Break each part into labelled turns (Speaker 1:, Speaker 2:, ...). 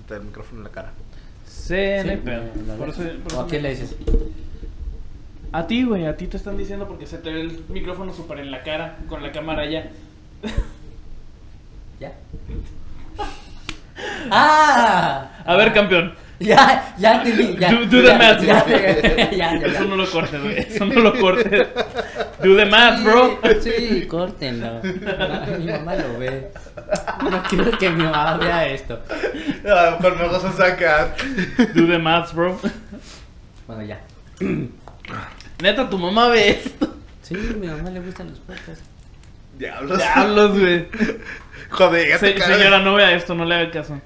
Speaker 1: está el micrófono en la cara.
Speaker 2: Sí, no hay
Speaker 3: Sí,
Speaker 2: pedo.
Speaker 3: la
Speaker 2: Por eso-
Speaker 3: neta.
Speaker 2: por
Speaker 3: ¿O
Speaker 2: eso
Speaker 3: ¿A quién
Speaker 2: me-
Speaker 3: le dices?
Speaker 2: A ti, güey, a ti te están diciendo porque se te ve el micrófono súper en la cara, con la cámara ya.
Speaker 3: ¿Ya? ¡Ah!
Speaker 2: A ver, campeón,
Speaker 3: Ya, ya entendí. Ya,
Speaker 2: Do- do the
Speaker 3: ya,
Speaker 2: math,
Speaker 3: ya,
Speaker 2: bro.
Speaker 3: ya, ya, ya.
Speaker 2: eso no lo cortes, güey, eso no lo cortes. Do the math, bro.
Speaker 3: Sí, sí, córtenlo. Ma- Mi mamá lo ve. No quiero que mi mamá vea esto.
Speaker 1: Ah, por luego se saca.
Speaker 2: Do the math, bro.
Speaker 3: Bueno, ya.
Speaker 2: Neta, tu mamá ve esto.
Speaker 3: Sí, a mi mamá le gustan los podcasts.
Speaker 1: Diablos.
Speaker 2: Diablos, güey.
Speaker 1: Joder, ya
Speaker 2: Se-
Speaker 1: te cagas.
Speaker 2: señora, no vea esto, no le haga caso.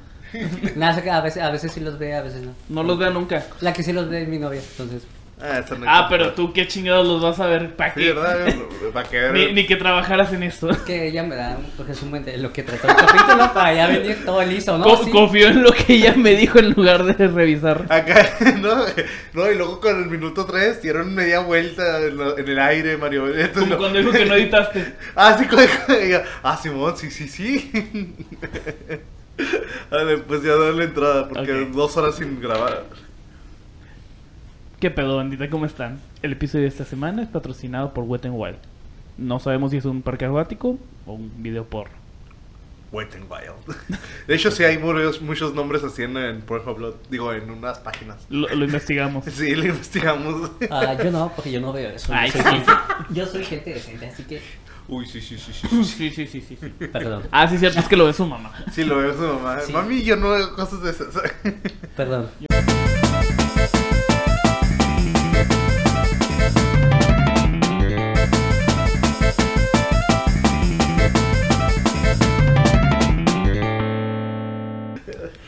Speaker 3: Nada, saca- a veces, a veces sí los ve, a veces no.
Speaker 2: No los vea nunca.
Speaker 3: La que sí los ve es mi novia, entonces.
Speaker 1: Ah, eso no
Speaker 2: Ah,
Speaker 1: importa.
Speaker 2: pero tú qué chingados los vas a ver, ¿pa'
Speaker 1: Sí,
Speaker 2: qué?
Speaker 1: ¿verdad? Para que ver.
Speaker 2: Ni, ni que trabajaras en esto.
Speaker 3: Que ella me da un resumen de lo que trató el capítulo para ya venir todo listo, ¿no?
Speaker 2: Co-
Speaker 3: Sí.
Speaker 2: Confío en lo que ella me dijo en lugar de revisar.
Speaker 1: Acá, ¿no? No, y luego con el minuto 3 dieron media vuelta en, lo- en el aire, Mario. Entonces,
Speaker 2: Como
Speaker 1: no.
Speaker 2: cuando dijo que no editaste.
Speaker 1: Ah, sí, con- con- y yo, Ah, Simón, sí, sí, sí. Vale, pues ya dale la entrada, porque
Speaker 2: Ok.
Speaker 1: dos horas sin grabar.
Speaker 2: ¿Qué pedo, bandita? ¿Cómo están? El episodio de esta semana es patrocinado por Wet n Wild. No sabemos si es un parque acuático o un video porno.
Speaker 1: Wet and Wild. De hecho, sí hay muchos, muchos nombres así en, en Pornhub, lo- digo, en unas páginas.
Speaker 2: Lo, lo investigamos.
Speaker 1: Sí, lo investigamos.
Speaker 3: Ah, yo no, porque yo no veo eso.
Speaker 2: Ay,
Speaker 3: yo, soy
Speaker 2: sí.
Speaker 3: gente, yo soy gente decente, así que.
Speaker 1: Uy, sí, sí, sí, sí. sí.
Speaker 2: Sí, sí, sí, sí. sí.
Speaker 3: Perdón,
Speaker 2: Ah, sí, cierto, es que lo ve su mamá.
Speaker 1: Sí, lo veo su mamá.
Speaker 3: Sí.
Speaker 1: Mami, yo no veo cosas de esas.
Speaker 3: perdón.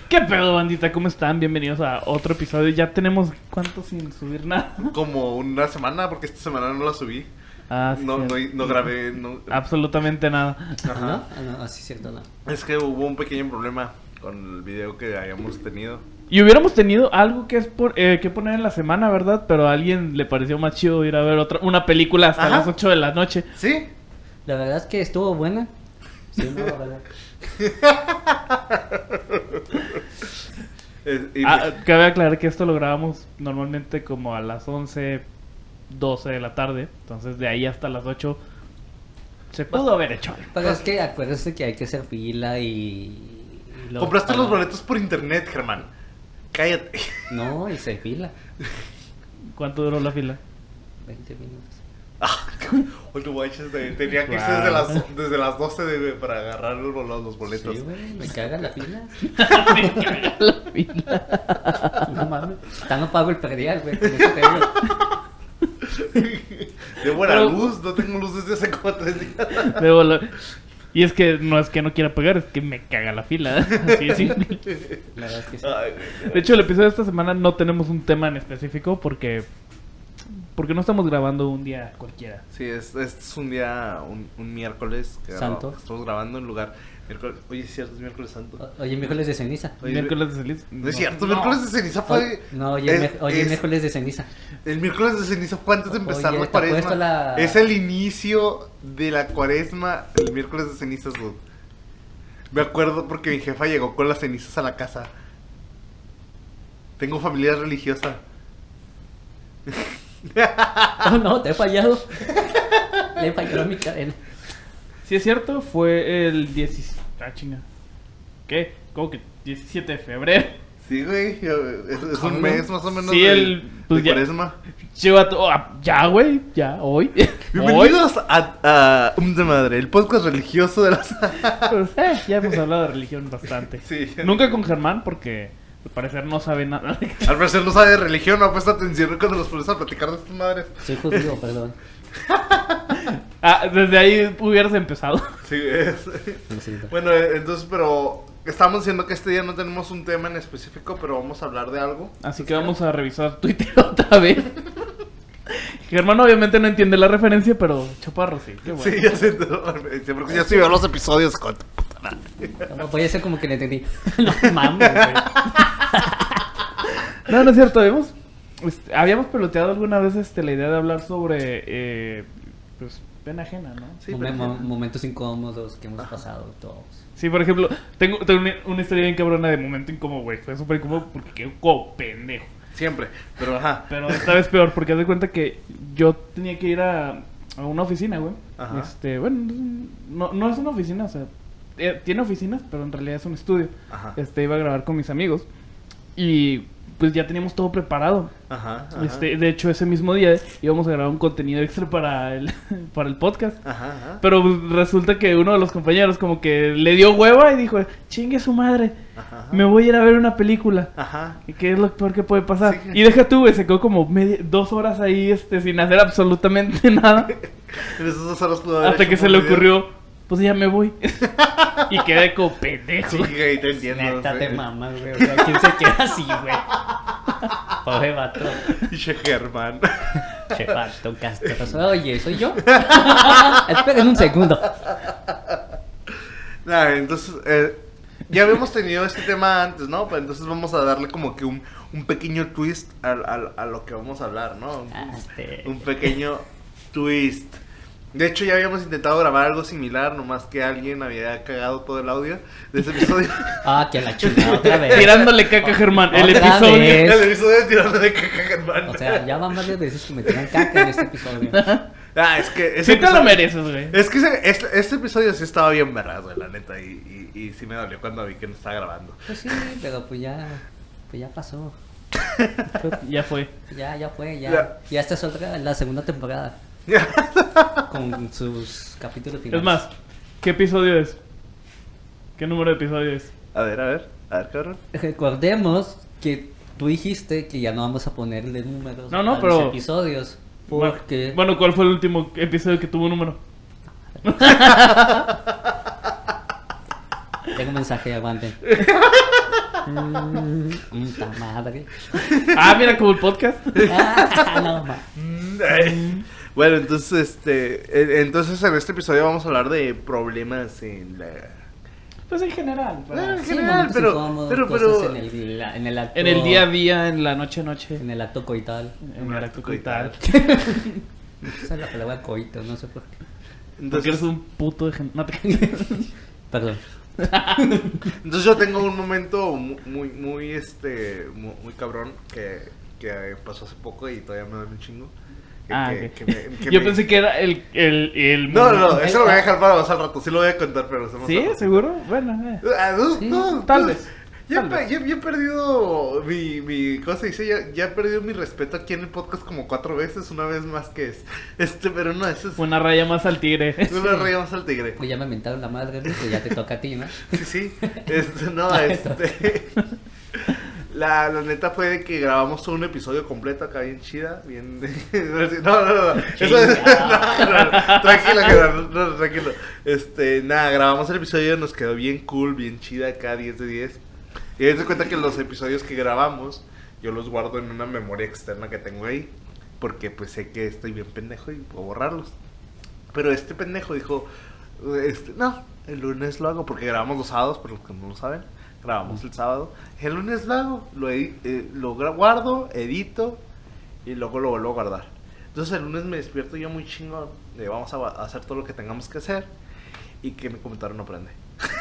Speaker 2: ¿Qué pedo, bandita? ¿Cómo están? Bienvenidos a otro episodio. Ya tenemos cuánto sin subir nada.
Speaker 1: Como una semana, porque esta semana no la subí.
Speaker 2: Ah, sí, Ah.
Speaker 1: No, no,
Speaker 2: cierto.
Speaker 1: no grabé. No...
Speaker 2: Absolutamente nada.
Speaker 3: Ah,
Speaker 1: Ajá.
Speaker 3: ¿No? Ah, no, así es cierto, no.
Speaker 1: Es que hubo un pequeño problema con el video que habíamos tenido.
Speaker 2: Y hubiéramos tenido algo que es por, eh, que poner en la semana, ¿verdad? Pero a alguien le pareció más chido ir a ver otra, una película hasta
Speaker 1: Ajá.
Speaker 2: las 8 de la noche.
Speaker 1: ¿Sí?
Speaker 3: La verdad es que estuvo buena. Sí, no, la verdad.
Speaker 1: Es- Eh, y- pues,
Speaker 2: Ah, cabe aclarar que esto lo grabamos normalmente como a las 11, 12 de la tarde. Entonces de ahí hasta las 8 se pudo haber hecho algo.
Speaker 3: Pero es que acuérdense que hay que hacer fila y. y luego-
Speaker 1: Compraste
Speaker 2: ah,
Speaker 1: los boletos por internet, Germán. Cállate.
Speaker 3: No, y se fila.
Speaker 2: ¿Cuánto duró la fila?
Speaker 3: 20 minutos.
Speaker 1: Ah, Oye, guaches, de- tenía que irse
Speaker 2: Wow.
Speaker 1: desde las, desde las 12 de- para agarrar los, los- los boletos.
Speaker 3: Sí, güey, me cagan las filas.
Speaker 2: Me caga la fila.
Speaker 3: No mames. Ya no pago el predial, güey. con eso te digo.
Speaker 1: de buena
Speaker 2: Pero-
Speaker 1: luz, no tengo luz desde hace como tres días.
Speaker 2: Debo la- Y es que no es que no quiera pagar, es que me caga la fila. Así de simple.
Speaker 3: La verdad es que sí.
Speaker 1: Ay, güey.
Speaker 2: De hecho, el episodio de esta semana no tenemos un tema en específico porque porque no estamos grabando un día cualquiera.
Speaker 1: Sí, es, este es un día, un, un miércoles que
Speaker 3: Santo. Ah,
Speaker 1: grabamos- estamos grabando en lugar. miércoles- oye, es cierto, es miércoles santo.
Speaker 3: O- Oye, miércoles de ceniza.
Speaker 1: Oye,
Speaker 2: miércoles de ceniza.
Speaker 1: No es cierto, miércoles de ceniza Ah, fue.
Speaker 3: O- No, oye,
Speaker 1: es-
Speaker 3: mej- oye
Speaker 1: es-
Speaker 3: miércoles de ceniza.
Speaker 1: El miércoles de ceniza fue antes de empezar
Speaker 3: Oye,
Speaker 1: la
Speaker 3: te apuesto
Speaker 1: cuaresma.
Speaker 3: la-
Speaker 1: Es el inicio de la cuaresma, el miércoles de cenizas, dude. Me acuerdo porque mi jefa llegó con las cenizas a la casa. Tengo familia religiosa.
Speaker 3: Oh, no, te he fallado. Le he fallado a mi cadena.
Speaker 2: Sí es cierto, fue el 17. Ah, chinga. ¿Qué? ¿Cómo que 17 de febrero?
Speaker 1: Sí, güey. Es, es
Speaker 3: Cabrón.
Speaker 1: un mes más o menos
Speaker 2: Sí,
Speaker 1: de,
Speaker 2: el- pues
Speaker 1: de
Speaker 2: ya.
Speaker 1: cuaresma.
Speaker 2: Lleva to- ah, ya, güey, ya, hoy. Hoy.
Speaker 1: Bienvenidos a, a Um de Madre, el podcast religioso de las...
Speaker 2: Pues, eh, ya hemos hablado de religión bastante.
Speaker 1: Sí.
Speaker 2: Nunca con Germán porque al parecer no sabe nada.
Speaker 1: Al parecer no sabe de religión, no presta atención cuando los pones a platicar de estas madres.
Speaker 3: Soy judío, perdón.
Speaker 2: Ah, desde ahí hubieras empezado.
Speaker 1: Sí, es...
Speaker 3: Lo siento.
Speaker 1: Bueno, eh, entonces, pero estamos diciendo que este día no tenemos un tema en específico, pero vamos a hablar de algo.
Speaker 2: Así que vamos a revisar Twitter otra vez. Germán obviamente no entiende la referencia, pero Chaparro sí. Qué bueno.
Speaker 1: Sí, ya sé, no, porque ya sí veo los episodios, con...
Speaker 3: No, Voy a hacer como que le entendí. No mames, güey.
Speaker 2: No, no es cierto, habíamos, este, habíamos peloteado alguna vez este, la idea de hablar sobre eh, pues, pena ajena, ¿no?
Speaker 1: Sí,
Speaker 3: Momen-
Speaker 1: pero-
Speaker 3: mo- momentos incómodos que hemos pasado todos.
Speaker 2: Sí, por ejemplo, tengo, tengo una, una historia bien cabrona de momento incómodo, güey. Fue súper incómodo porque quedó como pendejo.
Speaker 1: Siempre, pero ajá.
Speaker 2: Pero esta vez peor, porque haz de cuenta que yo tenía que ir a, a una oficina, güey.
Speaker 1: Ajá.
Speaker 2: Este, bueno, no, no es una oficina, o sea, eh, tiene oficinas, pero en realidad es un estudio.
Speaker 1: Ajá.
Speaker 2: Este, iba a grabar con mis amigos y pues ya teníamos todo preparado.
Speaker 1: Ajá. ajá.
Speaker 2: Este, de hecho, ese mismo día íbamos a grabar un contenido extra para el, para el podcast.
Speaker 1: Ajá, ajá.
Speaker 2: Pero pues, resulta que uno de los compañeros como que le dio hueva y dijo, chingue su madre,
Speaker 1: Ajá. ajá.
Speaker 2: me voy a ir a ver una película.
Speaker 1: Ajá.
Speaker 2: ¿Y qué es lo peor que puede pasar?
Speaker 1: Sí.
Speaker 2: Y deja tú, güey, se quedó como media- dos horas ahí este, sin hacer absolutamente nada.
Speaker 1: En esas dos horas pudo haber
Speaker 2: hasta
Speaker 1: hecho
Speaker 2: que
Speaker 1: un
Speaker 2: se le
Speaker 1: video.
Speaker 2: ocurrió, pues ya me voy. y quedé como pendejo.
Speaker 1: Sí, güey, te entiendo.
Speaker 3: Neta, te
Speaker 1: güey.
Speaker 3: mamas, güey. O sea, ¿quién se queda así, güey? Pobre vato.
Speaker 1: Pinche Germán.
Speaker 3: Che, vato, castroso. Oye, ¿soy yo? Esperen un segundo.
Speaker 1: Nah, entonces, eh, ya habíamos tenido este tema antes, ¿no? Pero entonces vamos a darle como que un, un pequeño twist a, a- a lo que vamos a hablar, ¿no? Un,
Speaker 3: Ah, este.
Speaker 1: un pequeño twist. De hecho, ya habíamos intentado grabar algo similar, nomás que alguien había cagado todo el audio de ese episodio.
Speaker 3: Ah, que la chingada otra vez.
Speaker 2: Tirándole caca a Germán. El
Speaker 3: Otra
Speaker 2: episodio.
Speaker 3: vez.
Speaker 1: El episodio de tirando de caca, Germán.
Speaker 3: O sea, ya van varias veces que me tiran caca en este episodio.
Speaker 1: ah, es que... ese
Speaker 2: Sí te lo
Speaker 1: episodio-
Speaker 2: mereces, güey.
Speaker 1: Es que ese- este, este episodio sí estaba bien berrado, güey, la neta, y, y, y sí me dolió cuando vi que no estaba grabando.
Speaker 3: Pues sí, pero pues ya. Pues ya pasó.
Speaker 2: Ya fue.
Speaker 3: Ya, ya fue, ya.
Speaker 1: Ya.
Speaker 3: Ya, esta es otra, la segunda temporada. Con sus capítulos finales.
Speaker 2: Es más, ¿qué episodio es? ¿Qué número de episodio es?
Speaker 1: A ver, a ver, a ver, cabrón.
Speaker 3: Recordemos que tú dijiste que ya no vamos a ponerle números
Speaker 2: No, no,
Speaker 3: a
Speaker 2: pero-
Speaker 3: los episodios. Porque.
Speaker 2: Bueno, ¿cuál fue el último episodio que tuvo número?
Speaker 3: Tengo un mensaje, aguanten. Mm, Puta madre.
Speaker 2: Ah, mira, como el podcast.
Speaker 3: Ah, no, ma.
Speaker 1: Mm, ay. Bueno, entonces, este, e- entonces en este episodio vamos a hablar de problemas en la...
Speaker 2: Pues en general. para-
Speaker 1: En
Speaker 3: Sí,
Speaker 1: general,
Speaker 3: momentos
Speaker 1: pero-
Speaker 3: incómodos,
Speaker 1: pero-
Speaker 3: cosas
Speaker 1: pero-
Speaker 3: En el, la- en el acto.
Speaker 2: En el día a día, en la noche a noche.
Speaker 3: En el acto coital.
Speaker 2: En el acto coital.
Speaker 3: Esa es la palabra coito, no sé por qué.
Speaker 2: Porque eres
Speaker 1: Entonces,
Speaker 2: un puto de gen- no te-
Speaker 3: Perdón.
Speaker 1: entonces yo tengo un momento mu- muy, muy, este, mu- muy, cabrón que, que pasó hace poco y todavía me duele un chingo. Que-
Speaker 2: Ah,
Speaker 1: que-
Speaker 2: ok.
Speaker 1: que me- que
Speaker 2: Yo
Speaker 1: me-
Speaker 2: pensé que era el... el, el
Speaker 1: No, no, no, eso lo voy a dejar para más al rato, sí lo voy a contar, pero eso más
Speaker 2: ¿Sí?
Speaker 1: al rato.
Speaker 2: ¿Seguro? Bueno, eh.
Speaker 1: Ah, no,
Speaker 3: Sí,
Speaker 1: no,
Speaker 2: tal
Speaker 1: no.
Speaker 2: vez,
Speaker 1: Ya,
Speaker 2: tal
Speaker 1: pe-
Speaker 2: vez.
Speaker 1: ya- ya he perdido mi, mi ¿cómo se dice? Ya, ya he perdido mi respeto aquí en el podcast como cuatro veces, una vez más que es. Este, pero no, eso es
Speaker 2: Una raya más al tigre.
Speaker 1: una raya más al tigre.
Speaker 3: Pues ya me mentaron la madre, Luis, pues ya te toca a ti, ¿no?
Speaker 1: Sí, sí. Este, no, este. La, la neta fue de que grabamos todo un episodio completo acá bien chida, bien... No, no, no, no. Eso es-
Speaker 3: Chinga.
Speaker 1: no, no, no. Tranquilo, Gerardo, no, no, tranquilo. Este, nada, grabamos el episodio, nos quedó bien cool, bien chida acá, 10 de 10. Y te cuenta que los episodios que grabamos, yo los guardo en una memoria externa que tengo ahí, porque pues sé que estoy bien pendejo y puedo borrarlos. Pero este pendejo dijo, este, no, el lunes lo hago, porque grabamos los sábados, por los que no lo saben, grabamos el sábado. El lunes lo hago, lo, edi- eh, lo gra- guardo, edito y luego lo vuelvo a guardar. Entonces el lunes me despierto yo muy chingón de vamos a va- a hacer todo lo que tengamos que hacer y que mi computadora no prende.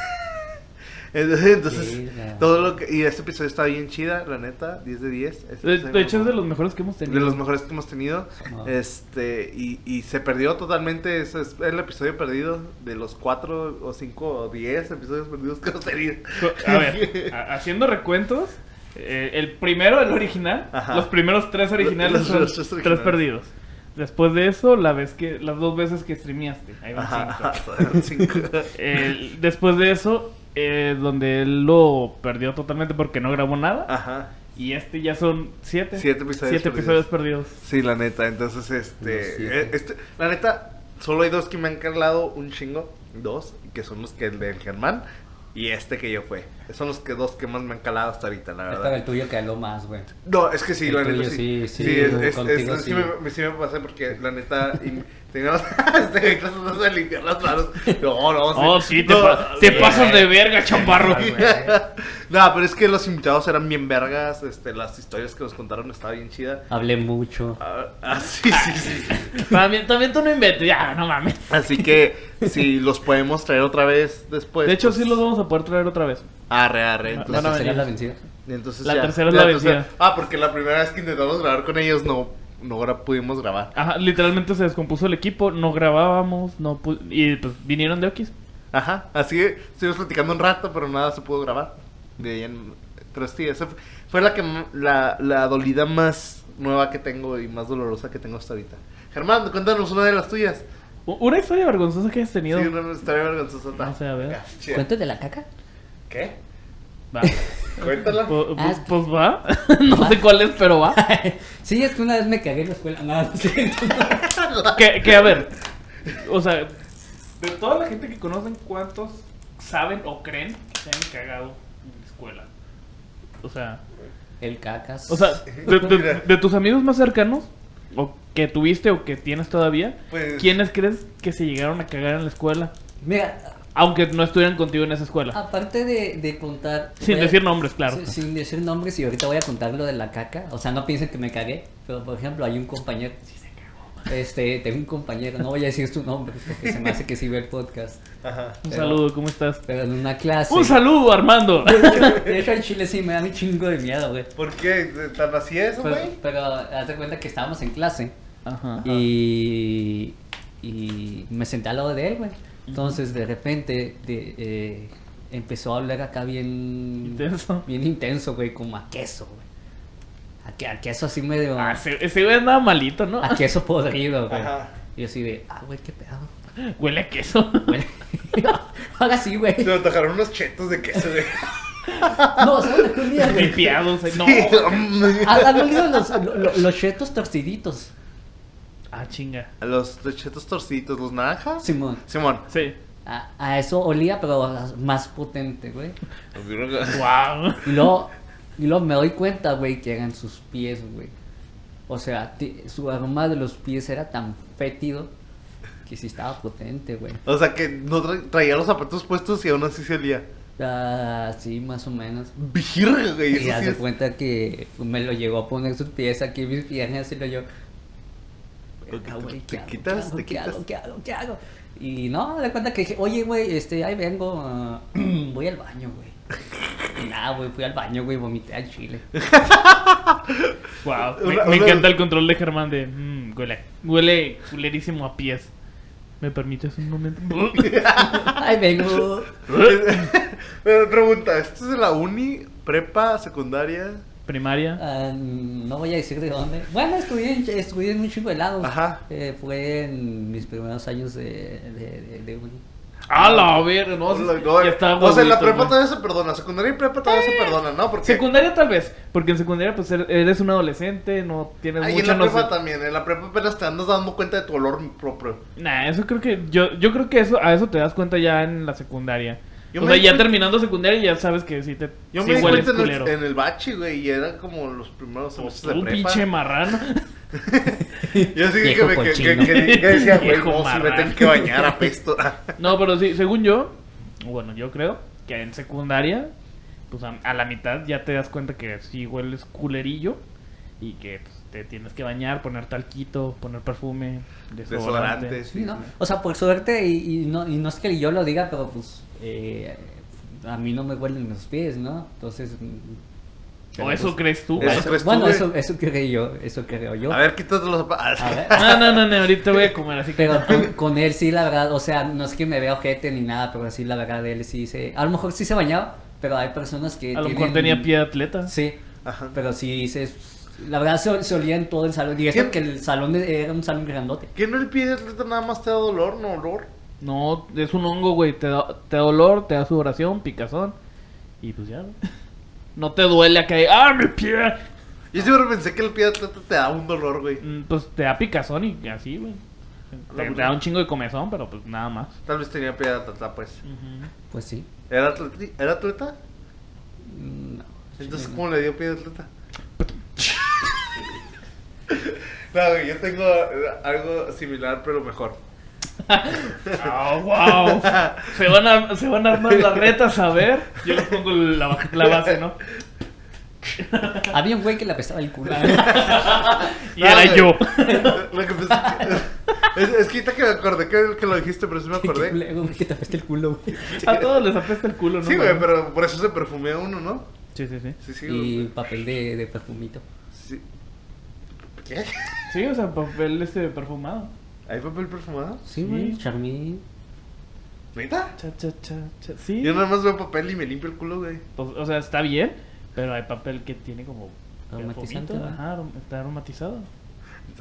Speaker 1: Entonces, entonces,
Speaker 3: Verga.
Speaker 1: todo lo que... Y este episodio está bien chida, la neta, 10 de 10. Este
Speaker 2: De,
Speaker 1: episodio
Speaker 2: de hecho,
Speaker 1: me-
Speaker 2: es de los mejores que hemos tenido.
Speaker 1: de los mejores que hemos tenido.
Speaker 3: Ah.
Speaker 1: Este, y, y se perdió totalmente. Ese es el episodio perdido de los 4 o 5 o 10 episodios perdidos que hemos tenido.
Speaker 2: Co- A ver, a- haciendo recuentos, eh, el primero, el original,
Speaker 1: Ajá.
Speaker 2: los primeros tres
Speaker 1: Los-
Speaker 2: originales son
Speaker 1: los tres
Speaker 2: tres,
Speaker 1: originales.
Speaker 2: perdidos. Después de eso, la vez que, las dos veces que streameaste, ahí van
Speaker 1: Ajá,
Speaker 2: cinco.
Speaker 1: cinco.
Speaker 2: El- después de eso, eh, donde él lo perdió totalmente porque no grabó nada.
Speaker 1: Ajá.
Speaker 2: Y este ya son siete.
Speaker 1: Ah. Siete episodios
Speaker 2: Siete
Speaker 1: perdidos.
Speaker 2: episodios perdidos.
Speaker 1: Sí, la neta, entonces
Speaker 3: Los
Speaker 1: este,
Speaker 3: siete.
Speaker 1: eh, este- La neta, solo hay dos que me han calado un chingo. Dos, que son los que el del Germán y este que yo fue. Son los que dos que más me han calado hasta ahorita, la verdad.
Speaker 3: Pero el tuyo caló más, güey.
Speaker 1: No, es que sí,
Speaker 3: El
Speaker 1: la neta
Speaker 3: tuyo
Speaker 1: sí.
Speaker 3: sí, sí,
Speaker 1: es- es- es-
Speaker 3: contigo
Speaker 1: es- sí
Speaker 3: sí.
Speaker 1: me, me- sí me pasé porque la neta y- teníamos este güey clases no se limpiar las manos. No, no, sí.
Speaker 2: Oh, sí, te,
Speaker 1: No, Ah,
Speaker 2: pa- te
Speaker 1: sí.
Speaker 2: pasas de verga, chaparro.
Speaker 1: No, pero es que los invitados eran bien vergas, este, las historias que nos contaron estaban bien chidas.
Speaker 3: Hablé mucho.
Speaker 1: Ah, ah, sí, sí, sí.
Speaker 2: también, también tú no inventes, ya, no mames.
Speaker 1: Así que si los podemos traer otra vez después.
Speaker 2: De hecho,
Speaker 1: pues,
Speaker 2: sí los vamos a poder traer otra vez.
Speaker 1: Arre, arre. Entonces,
Speaker 3: La
Speaker 2: Van a venir.
Speaker 3: tercera es la vencida.
Speaker 1: entonces
Speaker 2: La
Speaker 1: ya.
Speaker 2: tercera es la
Speaker 1: tercera-
Speaker 2: vencida.
Speaker 1: Ah, porque la primera vez que intentamos grabar con ellos no, no gra- pudimos grabar.
Speaker 2: Ajá, literalmente se descompuso el equipo, no grabábamos, no pu- y pues vinieron de Oquis.
Speaker 1: Ajá, así estuvimos platicando un rato, pero nada se pudo grabar. De ahí en- Pero sí, esa fue- fue la que m- la, la dolida más nueva que tengo y más dolorosa que tengo hasta ahorita. Germán, cuéntanos una de las tuyas.
Speaker 2: U- Una historia vergonzosa que has
Speaker 1: Sí,
Speaker 2: tenido.
Speaker 1: una historia vergonzosa. ta.
Speaker 2: No sé, a ver.
Speaker 1: Acá, chido.
Speaker 3: ¿Cuentas de la caca?
Speaker 1: ¿Qué?
Speaker 2: Va.
Speaker 1: Cuéntala.
Speaker 2: Pu-
Speaker 3: Ah,
Speaker 2: pu- pues va. no sé cuál es, pero va.
Speaker 3: sí, es que una vez me cagué en la escuela. No, no sé.
Speaker 2: Que, que, a ver. O sea, de toda la gente que conocen, ¿cuántos saben o creen que se han cagado en la escuela? O sea,
Speaker 3: El cacas.
Speaker 2: o sea de, de- de tus amigos más cercanos, o que tuviste o que tienes todavía,
Speaker 1: Pues-
Speaker 2: ¿quiénes crees que se llegaron a cagar en la escuela?
Speaker 3: Mira,
Speaker 2: Aunque no estuvieran contigo en esa escuela.
Speaker 3: aparte de, de contar.
Speaker 2: Sin
Speaker 3: voy a-
Speaker 2: decir nombres, claro.
Speaker 3: Ah, Sí, Sin decir nombres, y ahorita voy a contar lo de la caca. O sea, no piensen que me cagué. Pero, por ejemplo, hay un compañero. Este, tengo un compañero, no voy a decir su nombre porque se me hace que sí ve el podcast.
Speaker 1: Ajá.
Speaker 2: Un
Speaker 3: Pero-
Speaker 2: saludo, ¿cómo estás?
Speaker 3: Pero en una clase.
Speaker 2: Un saludo, Armando.
Speaker 3: De hecho, en Chile sí me da mi chingo de miedo, güey.
Speaker 1: ¿Por qué? ¿Tan así es,
Speaker 2: Pues-
Speaker 3: Pero,
Speaker 1: güey?
Speaker 3: pero haz de cuenta que estábamos en clase
Speaker 2: Ajá.
Speaker 3: y, y me senté al lado de él, güey. Entonces, de repente, de- eh, empezó a hablar acá bien
Speaker 2: Intenso.
Speaker 3: bien intenso, güey, como a queso, güey. A, que- a queso así medio.
Speaker 2: Ah, ese, ese güey andaba malito, ¿no?
Speaker 3: A queso podrido, güey.
Speaker 1: Ajá.
Speaker 3: Y yo así de, ah, güey, qué pedo.
Speaker 2: Huele a queso.
Speaker 3: Huele- Ahora sí, güey.
Speaker 1: Se me tocaron unos chetos de queso, güey.
Speaker 3: No, ¿sabes qué un día, güey?
Speaker 2: Limpiados. eh, No.
Speaker 1: Sí, hombre.
Speaker 3: Ah, ¿Han olido los, lo- lo- los chetos torciditos,
Speaker 2: Ah, chinga.
Speaker 1: Los los chetos torciditos, los naranjas.
Speaker 3: Simón?
Speaker 1: Simón.
Speaker 2: Sí.
Speaker 3: A, a eso olía, pero más potente, güey.
Speaker 2: Wow.
Speaker 3: Y luego, y luego me doy cuenta, güey, que eran sus pies, güey. O sea, ti- su aroma de los pies era tan fétido que sí estaba potente, güey.
Speaker 1: O sea que no tra- traía los zapatos puestos y aún así se olía.
Speaker 3: Ah, sí, más o menos.
Speaker 1: Virga, güey.
Speaker 3: Y
Speaker 1: Eso
Speaker 3: haz
Speaker 1: sí
Speaker 3: de
Speaker 1: es.
Speaker 3: cuenta que me lo llegó a poner sus pies aquí en mis piernas y lo yo.
Speaker 1: Te-
Speaker 3: "Verga, güey,
Speaker 1: te
Speaker 3: ¿qué hago,
Speaker 1: quitas,
Speaker 3: qué hago,
Speaker 1: te
Speaker 3: qué hago,
Speaker 1: quitas".
Speaker 3: qué hago, qué hago? Y no, haz de cuenta que dije, oye, güey, este, ahí vengo, ah, voy al baño, güey. Y nada, güey, fui al baño, güey, vomité al chile.
Speaker 2: Wow. Me,
Speaker 1: Una- una-
Speaker 2: me encanta el control de Germán de. mm, huele, huele culerísimo a pies. ¿Me permites un momento?
Speaker 3: Ahí vengo.
Speaker 1: Pero pregunta, ¿esto es de la uni, prepa, secundaria?
Speaker 2: Primaria.
Speaker 3: Ah, no voy a decir de dónde. Bueno, estudié en, estudié en un chingo de lados.
Speaker 1: Ajá.
Speaker 3: Eh, fue en mis primeros años de, de, de, de uni.
Speaker 2: A la verga, no. sí,
Speaker 1: No,
Speaker 2: ya estaba
Speaker 1: o sea, en la
Speaker 2: huevito,
Speaker 1: prepa
Speaker 2: güey.
Speaker 1: todavía se perdona, secundaria y prepa todavía se perdona, ¿no? Porque
Speaker 2: Eh, Secundaria tal vez, porque en secundaria pues er- eres un adolescente, no tienes
Speaker 1: ahí en
Speaker 2: mucho
Speaker 1: la
Speaker 2: no sé-
Speaker 1: prepa también, en la prepa apenas te andas dando cuenta de tu olor propio.
Speaker 2: Nah, eso creo que yo yo creo que eso a eso te das cuenta ya en la secundaria.
Speaker 1: Yo
Speaker 2: o
Speaker 1: me
Speaker 2: sea,
Speaker 1: di
Speaker 2: ya
Speaker 1: cuenta-
Speaker 2: terminando secundaria ya sabes que sí te
Speaker 1: Yo
Speaker 2: sí
Speaker 1: me di
Speaker 2: hueles
Speaker 1: cuenta en
Speaker 2: culero. Pues
Speaker 1: el, en el bache, güey, y eran como los primeros semestres de
Speaker 2: Tú,
Speaker 1: prepa.
Speaker 2: pinche marrano.
Speaker 1: Yo sí que,
Speaker 3: Viejo
Speaker 1: me, que, que,
Speaker 3: cochino.
Speaker 1: que- que decía, güey,
Speaker 2: Viejo
Speaker 1: como si me
Speaker 2: marrano.
Speaker 1: tengo que bañar a pesto.
Speaker 2: No, pero sí, según yo, bueno, yo creo que en secundaria, pues a, a la mitad ya te das cuenta que sí hueles culerillo y que pues, te tienes que bañar, poner talquito, poner perfume, desodorante.
Speaker 1: Desodorante, sí.
Speaker 3: Sí, ¿no? O sea, por suerte, y, y no, y no es que yo lo diga, pero pues eh, a mí no me huelen los pies, ¿no? Entonces... mm,
Speaker 2: O
Speaker 3: pero,
Speaker 2: eso
Speaker 3: pues,
Speaker 2: crees tú.
Speaker 1: Eso
Speaker 2: güey.
Speaker 1: crees tú,
Speaker 3: Bueno,
Speaker 1: güey.
Speaker 3: eso, eso creo yo, eso creo yo.
Speaker 1: A ver, quítate los zapatos.
Speaker 3: A ver.
Speaker 2: No, no, no, no, ahorita voy a comer así que...
Speaker 3: Pero con, con él sí, la verdad, o sea, no es que me vea ojete ni nada, pero sí, la verdad, él sí se... A lo mejor sí se bañaba, pero hay personas que
Speaker 2: A lo mejor
Speaker 3: tienen-
Speaker 2: tenía pie de atleta.
Speaker 3: Sí,
Speaker 1: Ajá.
Speaker 3: pero sí se... La verdad se, se olía en todo el salón, y
Speaker 1: ¿Quién?
Speaker 3: eso que el salón era un salón grandote.
Speaker 1: ¿Qué no el pie de atleta nada más te da dolor, no olor?
Speaker 2: No, es un hongo, güey. Te da, te da dolor, te da sudoración, picazón. Y pues ya, ¿no? No te duele acá. ¡Ah, mi pie!
Speaker 1: Yo siempre pensé que el pie de atleta te da un dolor, güey.
Speaker 2: Mm, Pues te da picazón y así, güey. Te, te da un chingo de comezón, pero pues nada más.
Speaker 1: Tal vez tenía pie de atleta, pues.
Speaker 3: Pues sí.
Speaker 1: ¿Era atleti- ¿Era atleta?
Speaker 3: Mm, no.
Speaker 1: Entonces,
Speaker 3: Sí,
Speaker 1: ¿cómo le dio pie de atleta? No, güey, yo tengo eh, algo similar, pero mejor.
Speaker 2: ¡Ah, wow! Se van, a, se van a armar las retas, a ver. Yo les pongo la, la base, ¿no?
Speaker 3: Había un güey que le apestaba el culo.
Speaker 2: Y era
Speaker 1: No, güey.
Speaker 2: yo.
Speaker 1: Lo que pensé que- Es, es que ahorita que me acordé que, que lo dijiste, pero sí me
Speaker 3: Qué
Speaker 1: acordé.
Speaker 3: culero, güey, que te apeste el culo, güey.
Speaker 2: A todos les apesta el culo, ¿no?
Speaker 1: Sí, güey, pero por eso se perfumea uno, ¿no?
Speaker 2: Sí, sí, sí.
Speaker 1: Sí, sí,
Speaker 3: Y
Speaker 1: güey.
Speaker 3: papel de, de perfumito.
Speaker 1: Sí. ¿Qué?
Speaker 2: Sí, o sea, papel este perfumado.
Speaker 1: ¿Hay papel perfumado?
Speaker 3: Sí,
Speaker 2: Sí.
Speaker 3: güey, Charmín.
Speaker 1: ¿Neta?
Speaker 2: Cha, cha, cha, cha. Sí.
Speaker 1: Yo nada más veo papel y me limpio el culo, güey.
Speaker 2: Pues, o sea, está bien, pero hay papel que tiene como...
Speaker 3: Aromatizante,
Speaker 2: perfumito,
Speaker 3: ¿no?
Speaker 2: Ajá, arom- está aromatizado.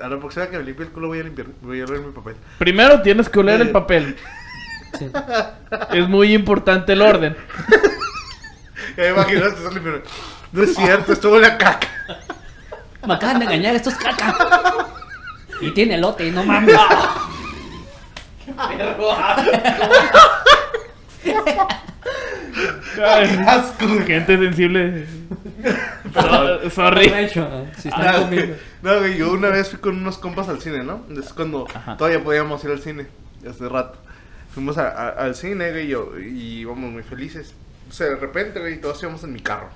Speaker 1: A la próxima que me limpie el culo voy a limpiar, voy a oler mi papel.
Speaker 2: Primero tienes que
Speaker 1: Eh.
Speaker 2: oler el papel.
Speaker 3: Sí.
Speaker 2: Es muy importante el orden.
Speaker 1: Ya me imagino que estás limpiando. No es cierto, estuvo la caca.
Speaker 3: Me acaban de engañar, esto es caca. Y tiene lote, no mames.
Speaker 1: Ah, ¡Qué asco!
Speaker 2: Gente sensible. So- sorry.
Speaker 3: Aprovecho, Si están
Speaker 1: No,
Speaker 3: conmigo.
Speaker 1: güey, no, güey, yo una vez fui con unos compas al cine, ¿no? Es cuando
Speaker 2: Ajá.
Speaker 1: todavía podíamos ir al cine, hace rato. Fuimos a- a- al cine, güey, y yo, y íbamos muy felices. O sea, de repente, güey, todos íbamos en mi carro,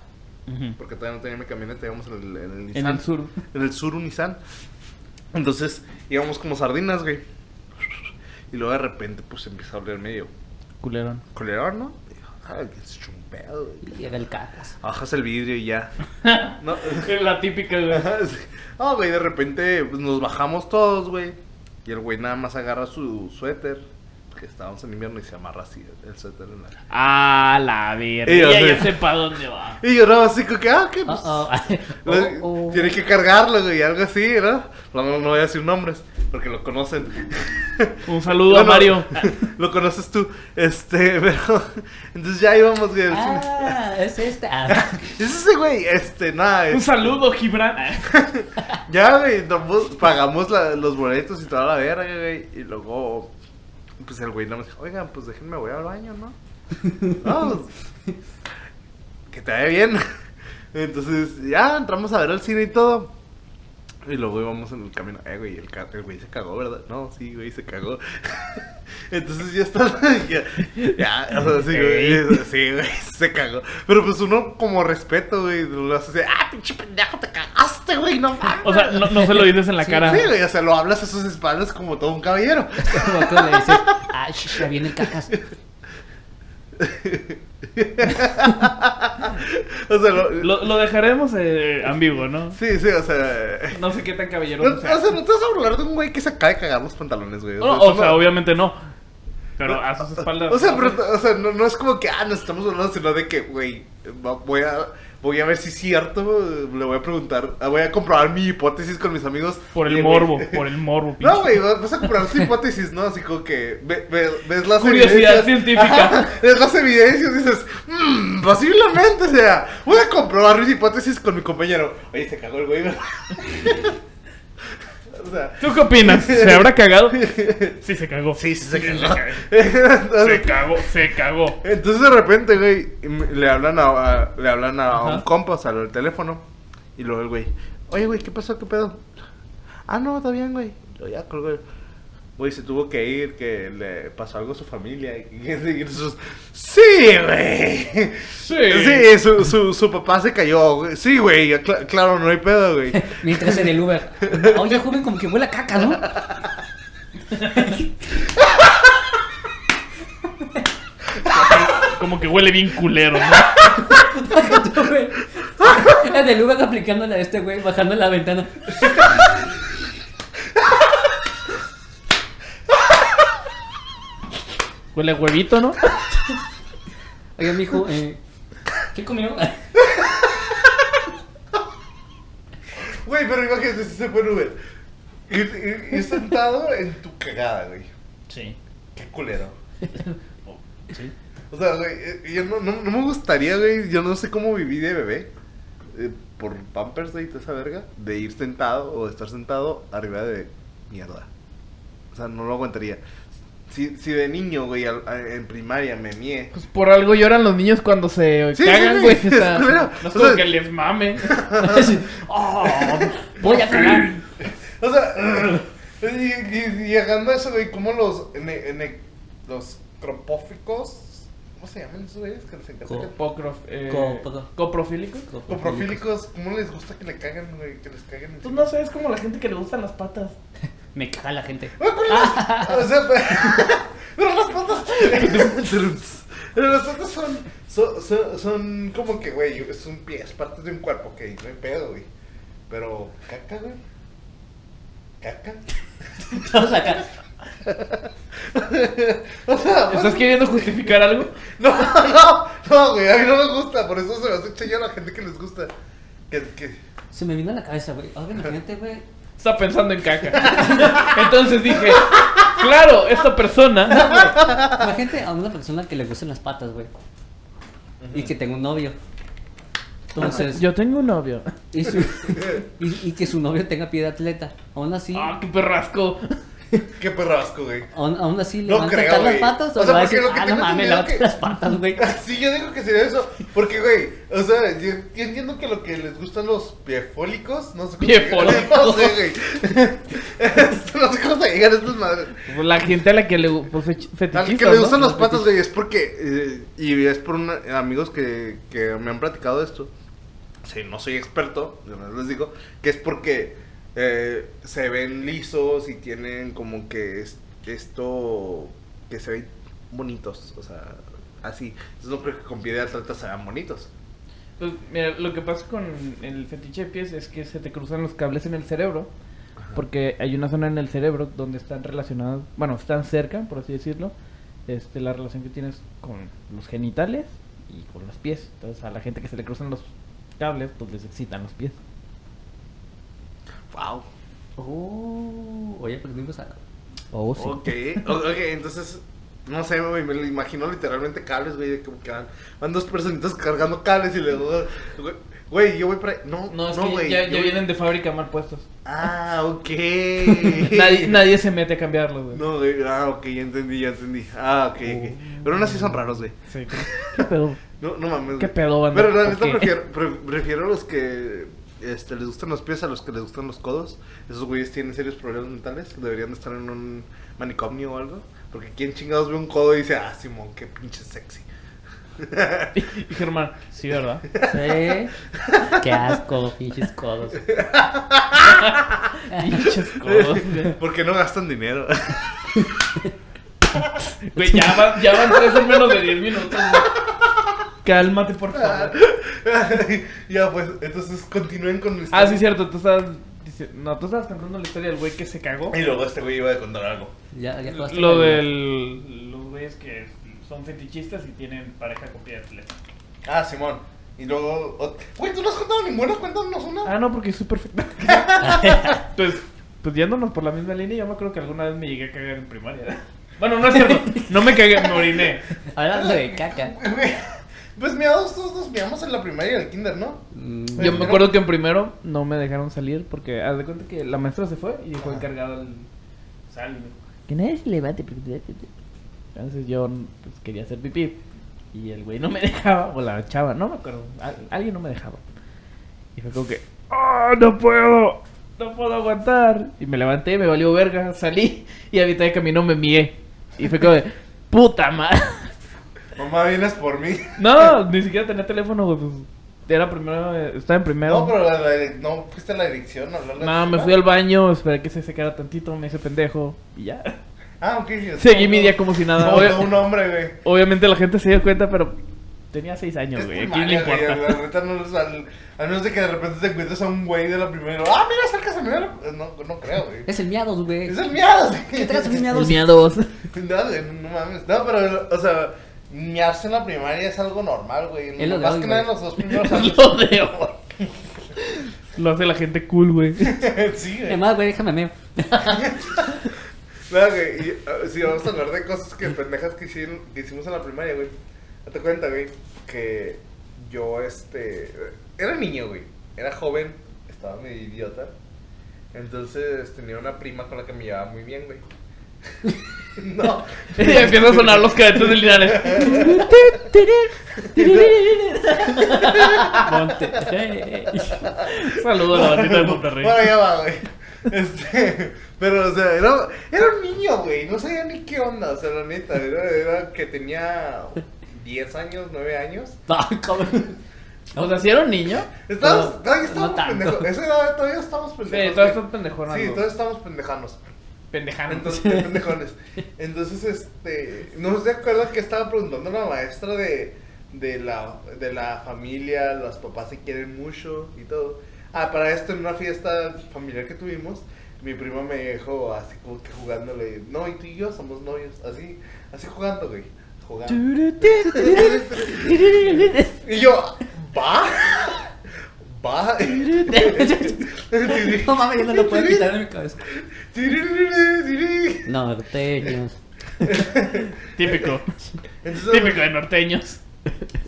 Speaker 2: Ujú.
Speaker 1: porque todavía no tenía mi camioneta, íbamos en el, en el
Speaker 2: En
Speaker 1: Nissan.
Speaker 2: el sur.
Speaker 1: En el sur, un Nissan. Entonces, íbamos como sardinas, güey. Y luego de repente, pues, empieza a oler medio
Speaker 2: Culerón.
Speaker 1: colerón, ¿no? Y, ah, que se echó un pedo, güey.
Speaker 3: Y era el cacas.
Speaker 1: Bajas el vidrio y ya. No,
Speaker 2: La típica, güey.
Speaker 1: Ajá, sí. Ah, güey, de repente pues, nos bajamos todos, güey. Y el güey nada más agarra su suéter. Porque estábamos en invierno y se amarra así el suéter en la.
Speaker 2: Ah, la verga.
Speaker 1: Y yo
Speaker 2: Ya,
Speaker 1: sé.
Speaker 2: ya sé para dónde va.
Speaker 1: Y yo no, así como que, ah, ¿qué? Pues,
Speaker 3: Oh, oh.
Speaker 1: lo-
Speaker 3: Oh, oh.
Speaker 1: Tiene que cargarlo, güey, algo así, ¿no? No, no, no voy a decir nombres, porque lo conocen.
Speaker 2: Un saludo
Speaker 1: Bueno,
Speaker 2: a Mario.
Speaker 1: lo conoces tú. Este, pero. Entonces ya íbamos, güey. al cine.
Speaker 3: Ah, es esta.
Speaker 1: Es ese güey, este, nada.
Speaker 2: Un
Speaker 1: este,
Speaker 2: saludo, Gibran.
Speaker 1: eh. Ya, güey, nomás pagamos la- los boletos y toda la verga, güey. Y luego, pues el güey no me dijo, oigan, pues déjenme, voy al baño, ¿no? No, pues, que te vaya bien. Entonces, ya entramos a ver el cine y todo. Y luego íbamos en el camino. Eh, güey, el, ca- el güey se cagó, ¿verdad? No, sí, güey, se cagó. Entonces ya está. Ya, ya, o sea, sí, güey. Sí, güey, se cagó. Pero pues uno, como respeto, güey, lo hace así. Ah, pinche pendejo, te cagaste, güey, no mames.
Speaker 2: O sea, no, no se lo dices en la
Speaker 1: Sí,
Speaker 2: cara.
Speaker 1: Sí, güey, o sea, lo hablas a sus espaldas como todo un caballero.
Speaker 3: Como cuando le dices, ah, sh- ya viene el cacas.
Speaker 1: O sea, lo-
Speaker 2: Lo, lo dejaremos eh, ambiguo, ¿no?
Speaker 1: sí, sí, o sea.
Speaker 2: No sé qué tan
Speaker 1: No,
Speaker 2: caballeroso
Speaker 1: o
Speaker 2: sea.
Speaker 1: sea, no te vas a burlar de un güey que se acaba de cagar los pantalones, güey.
Speaker 2: No,
Speaker 1: eso
Speaker 2: o sea,
Speaker 1: no-
Speaker 2: obviamente no. Pero a sus espaldas.
Speaker 1: O sea, pero, o sea, no, no es como que, ah, nos estamos burlando, sino de que, güey, va- voy a, voy a ver si es cierto, le voy a preguntar, ah, voy a comprobar mi hipótesis con mis amigos.
Speaker 2: Por
Speaker 1: Y,
Speaker 2: el
Speaker 1: güey,
Speaker 2: morbo, por el morbo.
Speaker 1: No,
Speaker 2: pinche.
Speaker 1: güey, va- vas a comprobar tu hipótesis, ¿no? Así como que ve- ve- ves las
Speaker 2: Curiosidad
Speaker 1: evidencias.
Speaker 2: científica.
Speaker 1: Ajá, ves las evidencias y dices, mmm, posiblemente sea. Voy a comprobar mis hipótesis con mi compañero. Oye, se cagó el güey, ¿verdad? o sea,
Speaker 2: ¿Tú qué opinas? ¿Se habrá cagado? Sí, se cagó.
Speaker 1: sí, sí, se
Speaker 2: Sí,
Speaker 1: cagó.
Speaker 2: Se cagó, se cagó.
Speaker 1: Entonces de repente, güey, m- le hablan a, a- le hablan a
Speaker 2: Ajá.
Speaker 1: un compa, o sea, al teléfono. Y luego el güey, oye, güey, ¿qué pasó? ¿Qué pedo? Ah, no, está bien, güey. Y luego ya colgó. el- Güey, se tuvo que ir, que le pasó algo a su familia. Y que- y nosotros, sí, güey.
Speaker 2: Sí.
Speaker 1: Sí, eh, su, su, su papá se cayó. güey. Sí, güey, cl- claro, no hay pedo, güey.
Speaker 3: Mientras en el Uber. Oye, joven, como que huele a caca, ¿no?
Speaker 2: Como que huele bien culero, ¿no?
Speaker 3: Deja tú, güey. En el Uber aplicándola a este güey, bajando la ventana.
Speaker 2: Huele a huevito, ¿no?
Speaker 3: Oye, mijo, eh, ¿qué comió?
Speaker 1: Güey, pero imagínate si se fue en Uber. Y, y- y sentado en tu cagada, güey.
Speaker 2: Sí.
Speaker 1: Qué culero. Oh,
Speaker 2: Sí.
Speaker 1: O sea, güey, eh, yo no, no, no me gustaría, güey. Yo no sé cómo viví de bebé. eh, por Pampers, güey, toda esa verga. De ir sentado o de estar sentado arriba de mierda. O sea, no lo aguantaría. Si, si de niño, güey, al- a- en primaria me mié.
Speaker 2: Pues por algo lloran los niños cuando se
Speaker 1: Sí,
Speaker 2: cagan,
Speaker 1: sí,
Speaker 2: güey.
Speaker 1: sí,
Speaker 2: o sea,
Speaker 1: es culero.
Speaker 2: no es
Speaker 1: O
Speaker 2: como
Speaker 1: sea-
Speaker 2: que les mame.
Speaker 3: Así, oh, voy a cagar.
Speaker 1: O sea, y, y- y llegando a eso, güey, como los. ene- ene- los cropóficos. ¿Cómo se llaman esos güeyes? Que les encanta que-
Speaker 2: Copocrof, eh,
Speaker 3: Copro-
Speaker 2: coprofílico.
Speaker 1: Coprofílicos, ¿cómo les gusta que le caguen, güey? Que les caguen
Speaker 2: Tú
Speaker 1: encima?
Speaker 2: no sabes como la gente que le gustan las patas.
Speaker 3: Me caga la gente.
Speaker 1: O sea, pues, pero las patas. Pero las patas son, son, son, son como que, güey, es un pie, es parte de un cuerpo, ok, no hay pedo, güey. Pero, caca, güey. Caca.
Speaker 3: Todos acá.
Speaker 1: O sea,
Speaker 2: ¿Estás queriendo justificar algo?
Speaker 1: No, no, no, güey, a mí no me gusta, por eso se las echo yo a la gente que les gusta. Que, que...
Speaker 3: Se me vino a la cabeza, güey. Ahora imagínate, güey.
Speaker 2: Está pensando en caca. Entonces dije, claro, esta persona.
Speaker 3: Imagínate a una persona que le gusten las patas, güey. Y que tenga un novio. Entonces,
Speaker 2: Yo tengo un novio.
Speaker 3: y, su- y- y que su novio tenga pie de atleta. Aún así,
Speaker 2: Ah, qué perrasco.
Speaker 1: Qué perro asco, güey.
Speaker 3: aún, aún así, le
Speaker 1: No
Speaker 3: van a
Speaker 1: creo,
Speaker 3: cantar las
Speaker 1: güey.
Speaker 3: patas. O,
Speaker 1: O sea,
Speaker 3: va a
Speaker 1: porque
Speaker 3: decir,
Speaker 1: lo que
Speaker 3: ah, no
Speaker 1: tengo
Speaker 3: mames,
Speaker 1: entendido
Speaker 3: levanta
Speaker 1: que-
Speaker 3: las patas, güey.
Speaker 1: Ah, Sí, yo digo que sería eso, porque, güey, o sea, yo, yo entiendo que lo que les gustan los piefólicos, no sé cómo se digan,
Speaker 2: Piefólicos.
Speaker 1: no sé, güey. no sé cómo se digan estas madres.
Speaker 2: La gente a la que le pues, fech-
Speaker 1: Al
Speaker 2: fetichista,
Speaker 1: que le
Speaker 2: ¿no?
Speaker 1: gustan las
Speaker 2: Los
Speaker 1: patas, güey, es porque, eh, y es por una- amigos que, que me han platicado de esto, sí, no soy experto, de verdad les digo, que es porque eh, se ven lisos y tienen como que es- esto, que se ven bonitos, o sea, así. Entonces no creo que con piedra trata se vean bonitos.
Speaker 2: Pues, mira, lo que pasa con el fetiche de pies es que se te cruzan los cables en el cerebro. Porque hay una zona en el cerebro donde están relacionadas, bueno, están cerca, por así decirlo, este, la relación que tienes con los genitales y con los pies. Entonces, a la gente que se le cruzan los cables, pues les excitan los pies.
Speaker 1: Wow.
Speaker 3: Oh, oye, aprendimos a.
Speaker 2: Oh, sí.
Speaker 1: Ok, o- ok, entonces, no sé, güey, me lo imagino literalmente cables, güey, de como que van, van dos personitas cargando cables y luego, güey, güey, yo voy para... No,
Speaker 2: No,
Speaker 1: no,
Speaker 2: es que
Speaker 1: güey.
Speaker 2: ya,
Speaker 1: yo
Speaker 2: ya
Speaker 1: voy-
Speaker 2: vienen de fábrica mal puestos.
Speaker 1: Ah, ok.
Speaker 2: nadie, nadie se mete a cambiarlos, güey.
Speaker 1: No, güey, ah, ok, ya entendí, ya entendí. Ah, ok, ok.
Speaker 2: Oh.
Speaker 1: Pero aún así son raros, güey.
Speaker 2: Sí, ¿qué- ¿Qué pedo?
Speaker 1: No, no mames.
Speaker 2: ¿Qué
Speaker 1: güey.
Speaker 2: pedo, banda?
Speaker 1: Pero la
Speaker 2: ¿Por
Speaker 1: neta
Speaker 2: qué?
Speaker 1: prefiero, pre- prefiero los que este, les gustan los pies a los que les gustan los codos. Esos güeyes tienen serios problemas mentales. Deberían de estar en un manicomio o algo. Porque quién chingados ve un codo y dice, ah, Simón, qué pinche sexy.
Speaker 2: Y Germán, sí, ¿verdad?
Speaker 3: Sí. Qué asco, pinches codos.
Speaker 2: Pinches codos, güey.
Speaker 1: Porque no gastan dinero.
Speaker 2: Güey, ya van, ya van tres en menos de 10 minutos. güey. Cálmate, por favor.
Speaker 1: ya, pues, entonces continúen con mi
Speaker 2: Ah,
Speaker 1: historia.
Speaker 2: sí, cierto, tú estabas. dici- No, tú estabas contando la historia del güey que se cagó.
Speaker 1: Y luego este güey iba a contar algo.
Speaker 3: Ya, ya acabaste
Speaker 2: Lo
Speaker 3: con-
Speaker 2: del. Los güeyes que son fetichistas y tienen pareja con pie de atleta.
Speaker 1: Ah, Simón. Y luego. ot- Güey, tú no has contado ninguna, cuéntanos una.
Speaker 2: Ah, no, porque soy perfecta. pues, pues yéndonos por la misma línea, yo me acuerdo que alguna vez me llegué a cagar en primaria. Bueno, no es cierto. No me cagué, me oriné.
Speaker 3: Hablando de caca.
Speaker 1: Güey, Pues meados todos nos meamos en la primaria y en el kinder, ¿no?
Speaker 3: Mm,
Speaker 2: Yo me acuerdo que en primero no me dejaron salir porque haz de cuenta que la maestra se fue y dejó
Speaker 1: Ajá.
Speaker 2: encargado el sal. y me dijo, Que nadie se levante. porque te- te- te". Entonces yo pues, quería hacer pipí y el güey no me dejaba, o la chava, no me acuerdo, al- alguien no me dejaba. Y fue como que, ¡oh, no puedo! ¡No puedo aguantar! Y me levanté, me valió verga, salí y a mitad de camino me mié. Y fue como de, ¡puta madre!
Speaker 1: Mamá, vienes por mí.
Speaker 2: No, ni siquiera tenía teléfono, güey. pues, Era primero, eh, estaba en primero.
Speaker 1: No, pero la- la- no fuiste a la dirección a hablarle a
Speaker 2: No,
Speaker 1: tu
Speaker 2: me
Speaker 1: mamá?
Speaker 2: fui al baño, esperé que se secara tantito, me hice pendejo y ya.
Speaker 1: Ah, ok. yo-
Speaker 2: Seguí
Speaker 1: no,
Speaker 2: mi
Speaker 1: no.
Speaker 2: día como si nada.
Speaker 1: No,
Speaker 2: Obvia-
Speaker 1: no, un hombre, güey.
Speaker 2: Obviamente la gente se dio cuenta, pero tenía seis años,
Speaker 1: Es
Speaker 2: güey. ¿A
Speaker 1: primaria,
Speaker 2: quién le
Speaker 1: güey,
Speaker 2: importa?
Speaker 1: La neta no les al, al menos de que de repente te encuentres a un güey de la primera. Ah, mira, acércase, mira. la- No, no creo, güey.
Speaker 3: Es el miados, güey.
Speaker 1: Es el miados. güey.
Speaker 3: ¿Qué traes mi miados?
Speaker 2: Tenía dos.
Speaker 1: No, güey, no mames. No, pero, o sea, miarse en la primaria es algo normal, güey.
Speaker 3: Es lo de
Speaker 1: Más
Speaker 3: hoy,
Speaker 1: que nada en
Speaker 3: güey.
Speaker 1: los dos primeros años.
Speaker 2: Es Lo de hoy. Lo hace la gente cool, güey.
Speaker 1: sí, güey.
Speaker 3: Además, güey, déjame meo.
Speaker 1: No, güey, y, uh, sí, vamos a hablar de cosas que pendejas que, hicieron, que hicimos en la primaria, güey. Date cuenta, güey, que yo, este, era niño, güey. Era joven, estaba medio idiota. Entonces tenía una prima con la que me llevaba muy bien, güey. no.
Speaker 2: Y empiezan a sonar los cadetes de Linares.
Speaker 3: Monte.
Speaker 2: Saludos a la bandita de Monterrey.
Speaker 1: Bueno, ya va, güey. Este, pero, o sea, era, era un niño, güey. No sabía ni qué onda, o sea, la neta. Era, era que tenía 10 años, 9 años.
Speaker 3: No, cabrón.
Speaker 2: O sea, si era un niño.
Speaker 1: Estábamos,
Speaker 3: No,
Speaker 1: todavía
Speaker 3: no
Speaker 1: estábamos
Speaker 3: tanto.
Speaker 1: pendejos. Esa edad todavía estamos
Speaker 2: Pues Sí,
Speaker 1: pendejos. güey.
Speaker 2: todos están pendejones.
Speaker 1: Sí, todavía estamos pendejanos.
Speaker 2: Pendejando.
Speaker 1: Entonces, qué pendejones. Entonces, este, no se acuerda que estaba preguntando la maestra de, de, la, de la familia, los papás se quieren mucho y todo. Ah, para esto en una fiesta familiar que tuvimos, mi prima me dejó así como que jugándole, no, y tú y yo somos novios, así, así jugando, güey, jugando. Y yo, ¿va? ¿Va?
Speaker 3: No mames, yo no lo puedo quitar de mi cabeza.
Speaker 1: Entonces,
Speaker 3: No, norteños.
Speaker 2: Típico. Típico de norteños.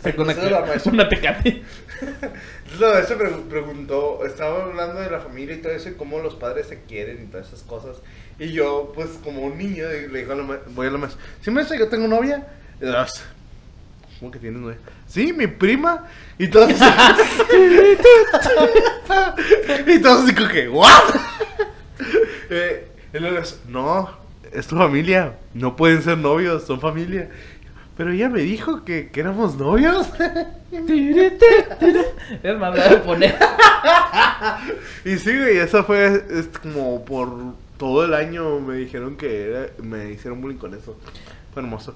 Speaker 2: Saca una,
Speaker 1: Eso es la maestra.
Speaker 2: una tecate.
Speaker 1: No, eso pre- preguntó, estaba hablando de la familia y todo eso, y cómo los padres se quieren y todas esas cosas. Y yo, pues, como un niño, y le digo a la ma- voy a la maestra, ¿sí maestra, yo tengo novia? Y la maestra, ¿Cómo que tienes novia? Sí, mi prima. Y todos así- y todos así como que, ¿what? Eh, y luego la maestra, no, es tu familia, no pueden ser novios, son familia. Pero ella me dijo que, que éramos novios.
Speaker 2: Es más, la voy a poner.
Speaker 1: Y sí, güey, esa fue es como por todo el año me dijeron que era, me hicieron bullying con eso. Fue hermoso.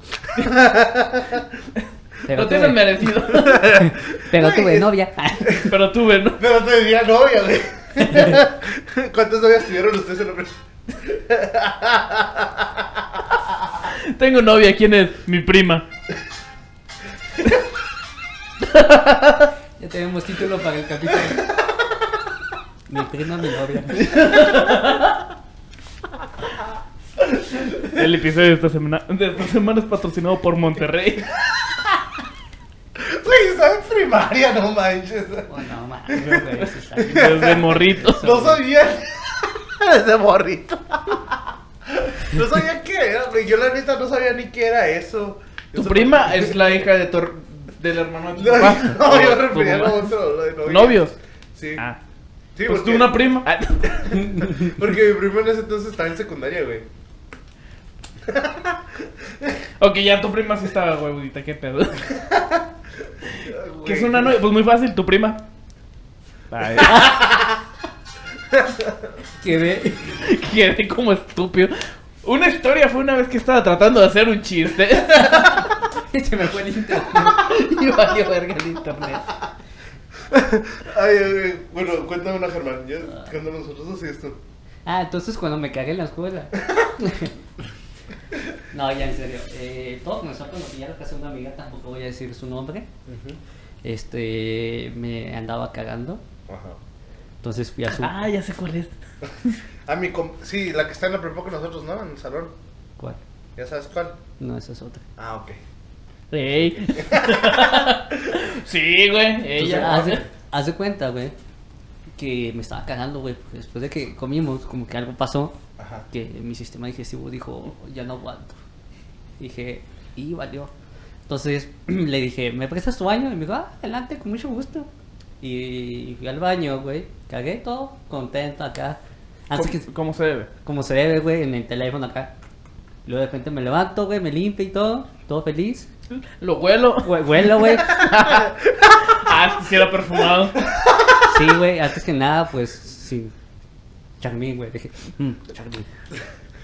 Speaker 2: Lo tienes merecido.
Speaker 3: Pero tuve
Speaker 1: Ay,
Speaker 3: novia.
Speaker 2: Pero tuve, ¿no?
Speaker 1: Pero te diría novia, güey. ¿Cuántas novias tuvieron ustedes en la pres-
Speaker 2: Tengo novia, ¿quién es? Mi prima.
Speaker 3: Ya tenemos título para el capítulo. Mi prima, mi novia.
Speaker 2: El episodio de esta semana, de esta semana es patrocinado por Monterrey.
Speaker 1: Güey, estaba en primaria, no manches.
Speaker 3: Oh, no mames, güey, sí está bien.
Speaker 2: Desde morritos.
Speaker 1: No sabía. Ese morrito. No sabía qué era, güey. Yo la neta no sabía ni qué era eso.
Speaker 2: Tu
Speaker 1: Eso-
Speaker 2: prima es la hija de tu, her- del hermano de tu
Speaker 1: No,
Speaker 2: papá.
Speaker 1: no, yo
Speaker 2: Tu
Speaker 1: me refería a lo
Speaker 2: mamá.
Speaker 1: otro, lo de novia.
Speaker 2: ¿Novios?
Speaker 1: Sí.
Speaker 2: Ah.
Speaker 1: Sí,
Speaker 2: pues tú
Speaker 1: porque-
Speaker 2: una prima. Ah,
Speaker 1: Porque mi primo en ese entonces estaba en secundaria, güey.
Speaker 2: ok, ya tu prima sí estaba huevudita, qué pedo. ¿Qué es
Speaker 1: Güey.
Speaker 2: una novia? Pues muy fácil, tu prima.
Speaker 3: Que ve.
Speaker 2: Quedé como estúpido. Una historia fue una vez que estaba tratando de hacer un chiste.
Speaker 3: Se me fue el internet.
Speaker 2: y valió verga el internet.
Speaker 1: Ay, ay, ay. bueno, cuéntame una, Germán. Ya, cuéntame nosotros dos y esto.
Speaker 3: Ah, entonces cuando me cagué en la escuela. no, ya en serio. Eh, todos nosotros nos pillaron que hace una amiga, tampoco voy a decir su nombre. Este, me andaba cagando.
Speaker 1: Ajá.
Speaker 3: Entonces fui a su.
Speaker 2: Ah, ya sé cuál es.
Speaker 1: A Ah, mi com- sí, la que está en la prepa con nosotros, ¿no? En el salón.
Speaker 3: ¿Cuál?
Speaker 1: ¿Ya sabes cuál?
Speaker 3: No, esa es otra.
Speaker 1: Ah, ok.
Speaker 2: Ey. sí, güey.
Speaker 3: Entonces,
Speaker 2: Ella.
Speaker 3: haz, de, haz de cuenta, güey, que me estaba cagando, güey. porque Después de que comimos, como que algo pasó,
Speaker 1: Ajá.
Speaker 3: que mi sistema digestivo dijo, ya no aguanto. Dije, y valió. Entonces le dije, ¿me prestas tu baño? Y me dijo, ah, adelante, con mucho gusto. Y fui al baño, güey, cagué todo, contento acá. Así
Speaker 2: ¿Cómo,
Speaker 3: que,
Speaker 2: cómo se debe?
Speaker 3: como se debe, güey, en el teléfono acá. Luego de repente me levanto, güey, me limpio y todo, todo feliz.
Speaker 2: Lo huelo.
Speaker 3: Hue- Huelo, güey.
Speaker 2: Ah, sí era perfumado.
Speaker 3: Sí, güey, antes que nada, pues, sí. Charmín, güey. Dije, mm, Charmín.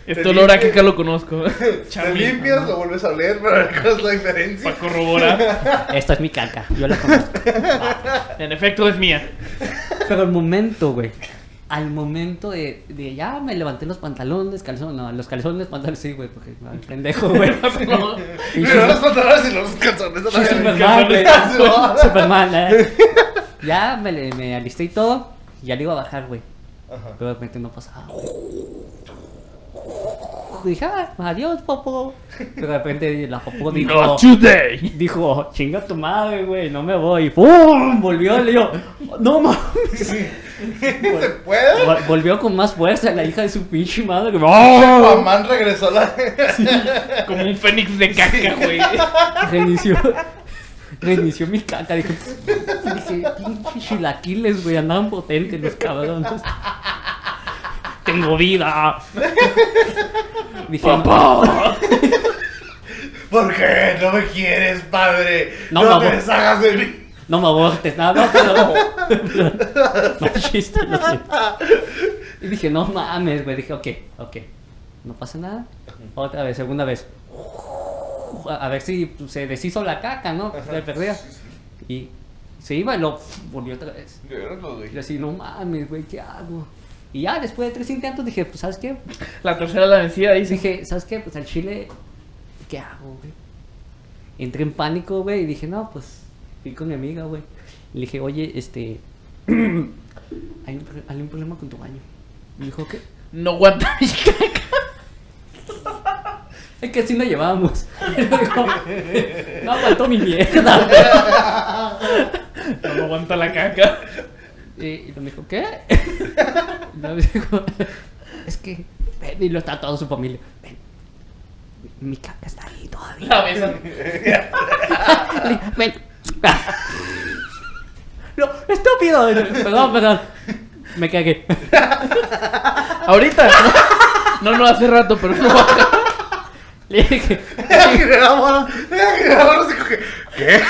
Speaker 2: Este olor a que acá lo conozco.
Speaker 1: Te limpias, lo vuelves a oler para ver cuál es la diferencia.
Speaker 2: Para corroborar.
Speaker 3: Esta es mi caca, yo la conozco.
Speaker 2: En efecto, es mía.
Speaker 3: Pero al momento, güey. Al momento de, de ya me levanté los pantalones, calzones, no, los calzones, pantalones, sí, güey, porque no, el pendejo, güey.
Speaker 2: No.
Speaker 3: Y
Speaker 1: Pero los
Speaker 3: sí,
Speaker 1: pantalones y los calzones.
Speaker 3: sí, Superman, güey. Superman, eh. Ya me, le- me alisté y todo, y ya le iba a bajar, güey.
Speaker 1: Ajá.
Speaker 3: Pero de repente no pasaba. Y dije, ah, adiós, popo. Pero de repente la popo dijo.
Speaker 2: Not today.
Speaker 3: dijo, chinga tu madre, güey, no me voy. Y ¡Pum! Volvió, le digo, no mames.
Speaker 1: ¿Se puede?
Speaker 3: Vol- Volvió con más fuerza la hija de su pinche madre.
Speaker 1: Mamán
Speaker 3: ¡Oh!
Speaker 1: regresó la.
Speaker 2: Como un fénix de caca, güey.
Speaker 3: Reinició. Reinició mi caca. Dije, dije pinche chilaquiles, güey, andaban potentes los cabrones.
Speaker 2: Tengo vida.
Speaker 3: Dije,
Speaker 2: Papá.
Speaker 1: ¿Por qué no me quieres, padre?
Speaker 3: No,
Speaker 1: No,
Speaker 3: mamá.
Speaker 1: te deshagas de mí.
Speaker 3: no me abortes, nada, no, pero. No, chiste, lo siento. Y dije, no mames, güey. Dije, ok, ok. No pasa nada. Otra vez, segunda vez. A a ver si se deshizo la caca, ¿no? Le perdía. Y se iba y lo volvió otra vez.
Speaker 1: Vergo, güey.
Speaker 3: Y así, no mames, güey, ¿qué hago? Y ya después de tres intentos dije, pues, ¿sabes qué?
Speaker 2: La tercera la vencida, dice.
Speaker 3: Dije, ¿sabes qué? Pues al chile, ¿qué hago, güey? Entré en pánico, güey, y dije, no, pues, fui con mi amiga, güey. Y Le dije, oye, este, hay, un, pro- hay un problema con tu baño. Me dijo, ¿qué?
Speaker 2: No aguanta mi caca.
Speaker 3: Es que así no llevábamos. Y luego, no aguantó mi mierda, güey.
Speaker 2: No aguanta la caca.
Speaker 3: Y, y me dijo, ¿qué? Y luego me dijo, es que, ven, y lo está toda su familia. Ven, mi, mi caca está ahí todavía.
Speaker 2: La besan.
Speaker 3: Le- Ven. No, estúpido. Perdón, perdón. Me cagué.
Speaker 2: Ahorita. No, no, hace rato, pero no baja.
Speaker 3: Le dije,
Speaker 1: Y grabamos, y grabamos y coge, ¿Qué?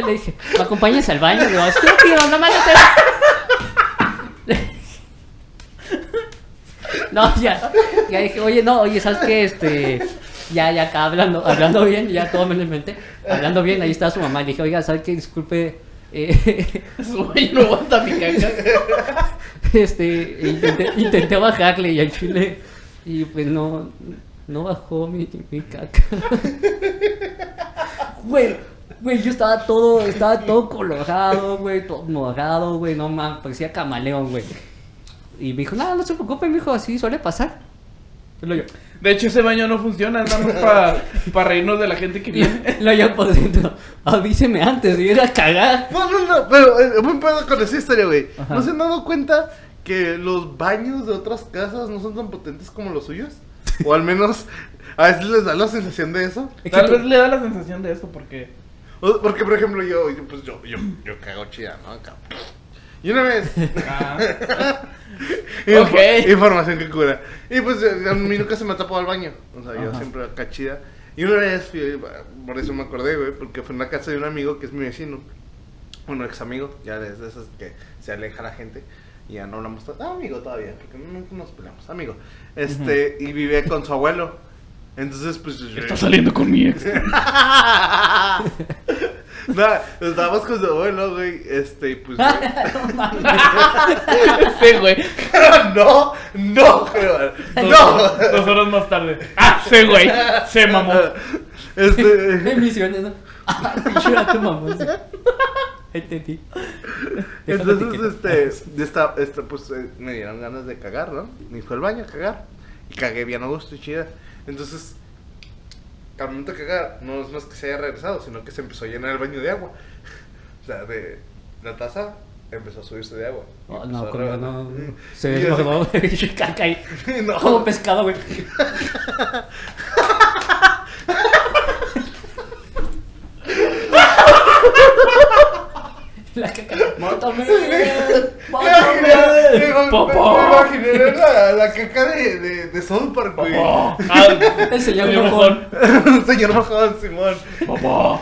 Speaker 3: le dije, ¿me acompañas al baño? Digo, estúpido, no me hagas eso. No, ya. Ya dije, oye, no, oye, ¿sabes qué? Este. Ya, ya acá hablando, hablando bien, ya todo me lo inventé. Hablando bien, ahí está su mamá. Le dije, oiga, ¿sabes qué? Disculpe. eh,
Speaker 2: Su güey no aguanta mi caca.
Speaker 3: este, intenté, intenté bajarle y al chile, y pues no, no bajó mi, mi caca. Güey, güey, yo estaba todo, estaba todo colorado, güey, todo mojado, güey, no mames, parecía camaleón, güey. Y me dijo, nada, no se preocupe, me dijo, así suele pasar. Y luego yo,
Speaker 2: De hecho, ese baño no funciona, nada más para reírnos de la gente que viene.
Speaker 3: y luego yo por dentro, avíseme antes de ir a cagar.
Speaker 1: No, no, no, pero eh, buen pedo con esa historia, güey.
Speaker 3: Ajá.
Speaker 1: ¿No se han dado cuenta que los baños de otras casas no son tan potentes como los suyos? O al menos a veces les da la sensación de eso.
Speaker 3: Es que
Speaker 2: Tal
Speaker 3: tú-
Speaker 2: vez le da la sensación de eso porque.
Speaker 1: O- Porque, por ejemplo, yo, yo, pues yo, yo, yo cago chida, ¿no? Acá. Y una vez,
Speaker 2: Ah,
Speaker 1: Info-
Speaker 2: Ok.
Speaker 1: Información que cura. Y pues eh, a mí nunca se me ha tapado el baño. O sea, yo
Speaker 3: Ajá.
Speaker 1: siempre acá chida. Y una vez, fui- por eso me acordé, güey, porque fue en la casa de un amigo que es mi vecino. Bueno, ex amigo, ya desde esas que se aleja la gente. Y ya no hablamos tanto. Ah, amigo todavía, porque nunca nos peleamos. Amigo. Este, y vive con su abuelo. Entonces, pues. yo-
Speaker 2: está saliendo con mi ex.
Speaker 1: Nada, estábamos con su abuelo, güey. Este, y pues. güey,
Speaker 3: No mames.
Speaker 2: Sí, güey.
Speaker 1: no, no, creo.
Speaker 2: Dos-
Speaker 1: No.
Speaker 2: Dos horas más tarde. Ah, sí, güey. Se mamó.
Speaker 3: Qué
Speaker 1: Este,
Speaker 3: misiones, ¿no? Ah, pinche vato mamoso. Entendí. Déjame
Speaker 1: entonces,
Speaker 3: etiquetar.
Speaker 1: este, esta, esta, pues eh, me dieron ganas de cagar, ¿no? Me fue al baño a cagar. Y cagué bien a gusto y chida. Entonces, al momento de cagar, no es más que se haya regresado, sino que se empezó a llenar el baño de agua. O sea, de la taza empezó a subirse de agua. Y
Speaker 3: Oh,
Speaker 1: empezó
Speaker 3: no,
Speaker 1: a
Speaker 3: creo,
Speaker 1: rebanar.
Speaker 3: no. Se
Speaker 1: Y yo así-
Speaker 3: desbordó, güey. Caca ahí.
Speaker 1: No.
Speaker 3: Como pescado, güey. La caca.
Speaker 1: Me
Speaker 3: ¡Mátame!
Speaker 1: imaginé- me
Speaker 3: ¡Mátame!
Speaker 1: imaginé-
Speaker 2: Popó.
Speaker 1: me imaginé la, la caca de, de, de South Park, güey.
Speaker 2: Popó. Ah,
Speaker 3: El señor
Speaker 2: señor
Speaker 3: mojón.
Speaker 2: mojón.
Speaker 1: Señor Mojón, Simón.
Speaker 2: Popó.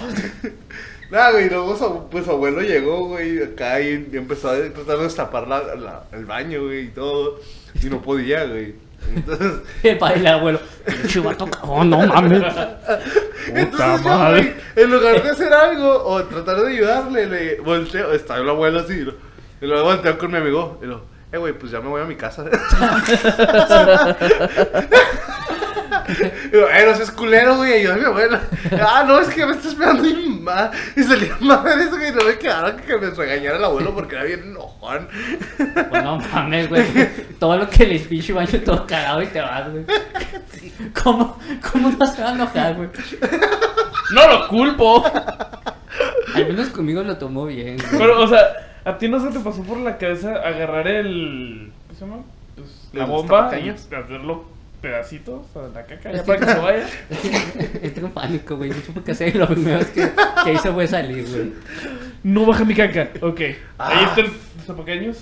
Speaker 1: Nada, güey, luego su, pues, su abuelo llegó, güey, acá y, y empezó a tratar de destapar la, la- el baño, güey, y todo. Y no podía, güey. Entonces,
Speaker 3: Para el abuelo. ¡Pinche vato cagón! ¡No mames!
Speaker 1: entonces yo,
Speaker 2: madre.
Speaker 1: güey, en lugar de hacer algo o tratar de ayudarle, le volteo, está el abuelo así, y lo, y lo volteo con mi amigo, y lo, eh, güey, pues ya me voy a mi casa. Y yo, eh, no seas culero, güey, ayuda a mi abuela. Ah, no, es que me está esperando mi mamá. Y salía madre eso, güey, no me quedaron que me regañara el abuelo porque era bien enojón.
Speaker 3: Pues no mames, güey. Todo lo que les pinche baño todo cagado y te vas, güey. ¿Cómo, ¿Cómo no se va a enojar, güey?
Speaker 2: No lo culpo.
Speaker 3: Al menos conmigo lo tomó bien, güey.
Speaker 2: Pero, o sea, ¿a ti no se te pasó por la cabeza agarrar el. ¿Qué se llama? Pues, la
Speaker 1: Los
Speaker 2: bomba y
Speaker 1: tapacaños.
Speaker 2: hacerlo pedacitos a la caca ya
Speaker 3: Es que-
Speaker 2: para que se vaya.
Speaker 3: Entré en pánico, güey. No supe qué hacer. y Lo primero es que, que hice fue salir, güey.
Speaker 2: No baja mi caca. Ok. Ahí
Speaker 1: Ah.
Speaker 2: están los tapacaños.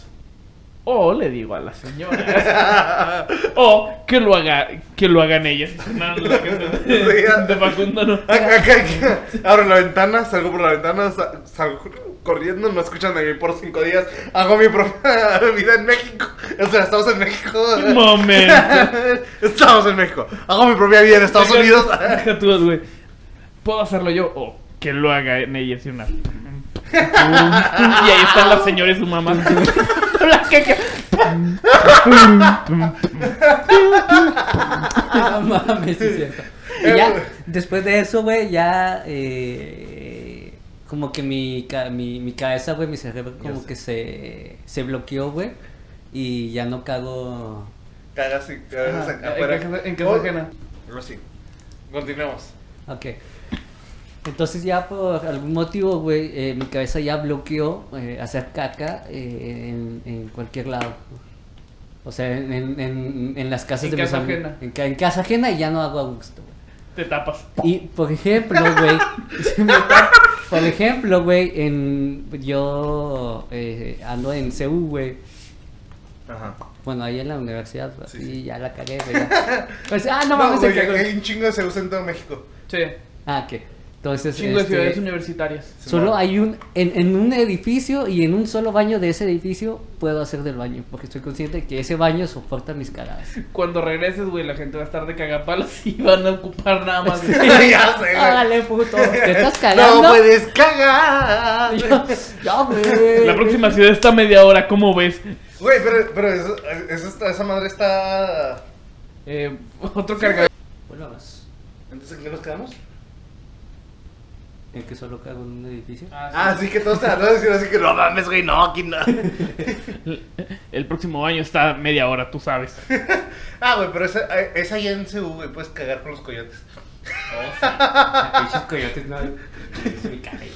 Speaker 2: O le digo a la señora. o que lo haga, que lo hagan ellas. No, no, que se-
Speaker 1: Sí, ya.
Speaker 2: de Facundo no.
Speaker 1: Acá, acá, acá. Abro la ventana, salgo por la ventana, sa- salgo corriendo, no escuchan de mí por cinco días. Hago mi propia vida en México. O sea, estamos en México.
Speaker 2: Un momento.
Speaker 1: Estamos en México. Hago mi propia vida en Estados
Speaker 2: Deja-
Speaker 1: Unidos.
Speaker 2: deja tú, güey. Puedo hacerlo yo o que lo haga en ella. así una- Y ahí están las señora y su mamá. La que- que-
Speaker 3: No mames, sí es cierto. Y ya, después de eso, güey, ya. eh, como que mi, ca- mi, mi cabeza, güey, mi cerebro, como
Speaker 1: sé.
Speaker 3: que se, se bloqueó, güey. Y ya no cago.
Speaker 1: Cagas y cagas acá
Speaker 2: Ajá,
Speaker 1: afuera.
Speaker 2: en casa- en casa
Speaker 1: Oh,
Speaker 2: ajena.
Speaker 1: Algo así. Continuemos.
Speaker 3: Ok. Entonces, ya por algún motivo, güey, eh, mi cabeza ya bloqueó eh, hacer caca eh, en, en cualquier lado. O sea, en, en- en- en las casas
Speaker 2: En
Speaker 3: de mis
Speaker 2: casa
Speaker 3: amigos.
Speaker 2: ajena.
Speaker 3: En, ca- en casa ajena y ya no hago a gusto, güey.
Speaker 2: Te tapas.
Speaker 3: Y por ejemplo, güey, se me está- por ejemplo, güey, en yo eh, ando en CU, güey.
Speaker 1: Ajá.
Speaker 3: Bueno, ahí en la universidad, güey,
Speaker 1: Sí,
Speaker 3: y
Speaker 1: sí.
Speaker 3: ya la cagué, güey. ya. Pues, ah, no
Speaker 1: No,
Speaker 3: mames, se
Speaker 1: güey,
Speaker 3: cagó.
Speaker 1: hay un chingo de Zeus en todo México.
Speaker 2: Sí.
Speaker 3: Ah, ¿qué? Entonces,
Speaker 2: Chingo de
Speaker 3: este,
Speaker 2: ciudades universitarias.
Speaker 3: solo hay un en, en un edificio y en un solo baño de ese edificio puedo hacer del baño, porque estoy consciente que ese baño soporta mis cagadas.
Speaker 2: Cuando regreses, güey, la gente va a estar de cagapalos y van a ocupar nada más. güey.
Speaker 1: ya sé, güey.
Speaker 3: Hágale, puto. ¿Te estás
Speaker 1: No
Speaker 3: cagando?
Speaker 1: puedes cagar.
Speaker 3: Yo- yo, güey.
Speaker 2: La próxima ciudad está a media hora, ¿cómo ves?
Speaker 1: Güey, pero, pero eso, eso está- esa madre está.
Speaker 2: Eh, otro cargador.
Speaker 3: Volvamos.
Speaker 1: Entonces, ¿en qué nos quedamos?
Speaker 3: El que solo cago en un edificio.
Speaker 1: Ah, sí, que todos te van a decir así que no mames, güey, no, aquí no.
Speaker 2: El próximo año está a media hora, tú sabes.
Speaker 1: Ah, güey, pero esa, esa allá en CU, güey, puedes cagar con los coyotes.
Speaker 3: Pinches coyotes, no. Es mi cabello.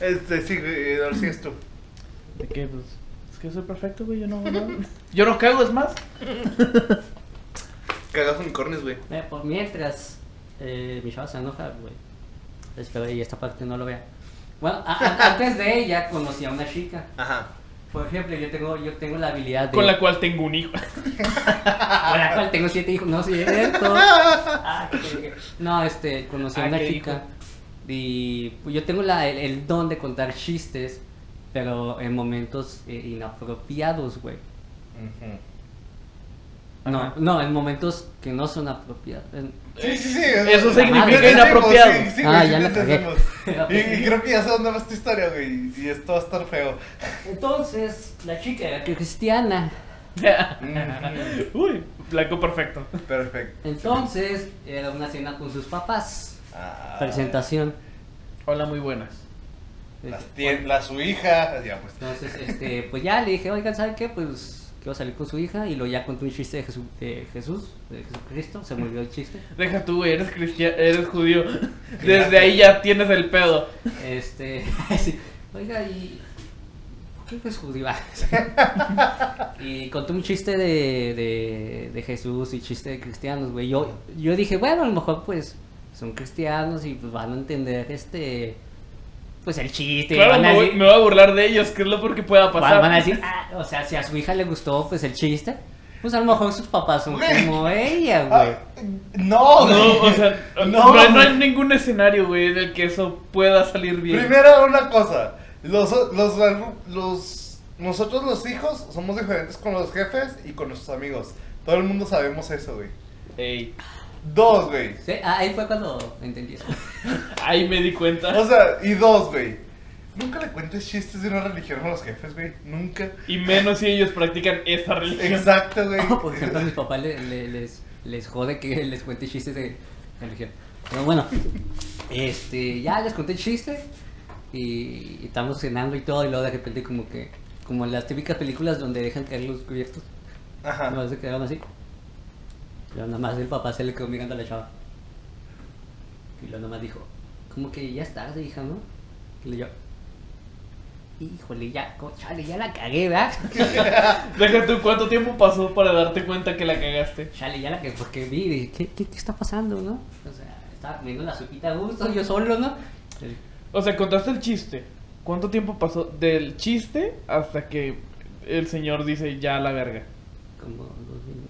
Speaker 1: Este, sí, güey, ahora sí es tú.
Speaker 2: ¿De qué? Pues, es que soy perfecto, güey. Yo no, no- Yo no cago, es más.
Speaker 1: Cagas unicornios, güey.
Speaker 3: Eh, pues mientras eh, mi chava se enoja, güey. Espero que esta parte no lo vea. Bueno, a- a- antes de ella conocí a una chica.
Speaker 1: Ajá.
Speaker 3: Por ejemplo, yo tengo, yo tengo la habilidad de.
Speaker 2: Con la cual tengo un hijo.
Speaker 3: con la cual tengo siete hijos. No, sí, es cierto. Ah, qué- no, este, conocí a
Speaker 2: Ah,
Speaker 3: una
Speaker 2: qué
Speaker 3: chica. Y pues, yo tengo la, el, el don de contar chistes, pero en momentos eh, inapropiados, güey. No,
Speaker 2: Ajá.
Speaker 3: no, en momentos que no son apropiados. En-
Speaker 1: Sí, sí, sí.
Speaker 2: Eso
Speaker 1: sí,
Speaker 2: significa
Speaker 1: sí, sí,
Speaker 2: inapropiado.
Speaker 1: Sí, sí,
Speaker 3: Ah,
Speaker 1: güey,
Speaker 3: ya
Speaker 1: sí
Speaker 3: la
Speaker 1: te
Speaker 3: cagué.
Speaker 1: entendemos. Y, y creo que ya sé dónde va esta historia, güey. Y esto va a estar feo.
Speaker 3: Entonces, la chica era cristiana.
Speaker 2: Uy, blanco perfecto.
Speaker 1: Perfecto.
Speaker 3: Entonces, era una cena con sus papás.
Speaker 1: Ah,
Speaker 3: Presentación.
Speaker 2: Hola, muy buenas.
Speaker 1: Las tien- la su hija. Ya, pues.
Speaker 3: Entonces, este, pues ya le dije, oigan, ¿saben qué? Pues que iba a salir con su hija y lo ya conté un chiste de, Jesu- de Jesús, de Jesucristo, se me olvidó el chiste.
Speaker 2: Deja tú, güey, eres cristiano, eres judío. Desde ahí ya tienes el pedo.
Speaker 3: Este, sí, oiga, y ¿por qué eres judío? "Ah, y conté un chiste de, de, de Jesús y chiste de cristianos, güey. Yo, yo dije, bueno, a lo mejor pues son cristianos y pues van a entender este, pues el chiste.
Speaker 2: claro,
Speaker 3: van a
Speaker 2: me voy,
Speaker 3: decir-
Speaker 2: me voy a burlar de ellos, que es lo peor que pueda
Speaker 3: Va-
Speaker 2: pasar.
Speaker 3: Van a decir, ah, o sea, si a su hija le gustó, pues el chiste, pues a lo mejor sus papás son
Speaker 1: Güey.
Speaker 3: como ella, güey.
Speaker 1: Ah, no,
Speaker 2: No,
Speaker 1: güey.
Speaker 2: o sea, no,
Speaker 1: No.
Speaker 2: no hay- no hay ningún escenario, güey, en el que eso pueda salir bien.
Speaker 1: Primero una cosa, los, los, los, nosotros los hijos somos diferentes con los jefes y con nuestros amigos. Todo el mundo sabemos eso, güey.
Speaker 2: Ey,
Speaker 1: Dos, güey.
Speaker 3: Sí, ah, ahí fue cuando entendí eso.
Speaker 2: ahí me di
Speaker 1: O
Speaker 2: cuenta.
Speaker 1: sea, y dos, güey. Nunca le cuentes chistes de una religión a los jefes, güey. Nunca.
Speaker 2: Y menos si ellos practican esa religión.
Speaker 1: Exacto, güey.
Speaker 3: Por ejemplo, a mis papás le- le- les, les jode que les cuente chistes de religión. Pero bueno, este, ya les conté el chiste y, y estamos cenando y todo, y luego de repente como que, como en las típicas películas donde dejan caer los cubiertos,
Speaker 1: Ajá.
Speaker 3: no se quedaron así. Pero nada más el papá se le quedó mirando a la chava. Y luego nada más dijo, como que ya es tarde, hija, ¿no? Y le yo, híjole, ya, co- chale, ya la cagué, ¿verdad?
Speaker 2: Deja tú, ¿cuánto tiempo pasó para darte cuenta que la cagaste?
Speaker 3: Chale, ya la que, porque vi, dije, ¿qué, qué, qué está pasando, no? O sea, estaba comiendo la sopita a gusto, yo solo, ¿no?
Speaker 2: O sea, contaste el chiste. ¿Cuánto tiempo pasó del chiste hasta que el señor dice ya la verga?
Speaker 3: Como dos minutos.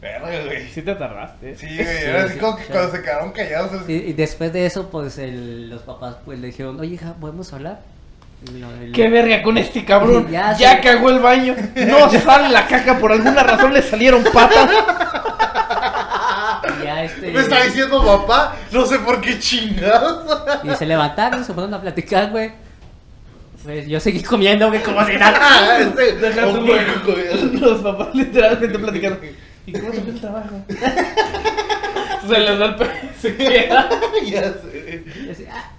Speaker 1: Verga, güey.
Speaker 2: Sí te tardaste. ¿eh?
Speaker 1: Sí, güey. Era así
Speaker 3: Sí,
Speaker 1: como
Speaker 3: sí,
Speaker 1: que
Speaker 3: sí.
Speaker 1: cuando se quedaron callados. así.
Speaker 3: Y, y después de eso, pues el- los papás pues, le dijeron, oye, hija, ¿podemos hablar? No, el-
Speaker 2: ¿Qué verga con este cabrón?
Speaker 3: Ya
Speaker 2: Ya,
Speaker 3: sé.
Speaker 2: cagó el baño. No sale la caca. Por alguna razón le salieron patas.
Speaker 3: ya este.
Speaker 1: Me está diciendo papá, no sé por qué chingados.
Speaker 3: Y se levantaron, se fueron a platicar, güey. Pues yo seguí comiendo, güey, como si nada.
Speaker 1: Este,
Speaker 2: Deja
Speaker 1: un
Speaker 2: tú,
Speaker 1: buen
Speaker 2: güey.
Speaker 1: comido.
Speaker 2: Los papás literalmente platicaron. ¿Y cómo se fue el trabajo? Se les da el pe- se queda.
Speaker 1: Ya sé.
Speaker 3: Y así, "Ah".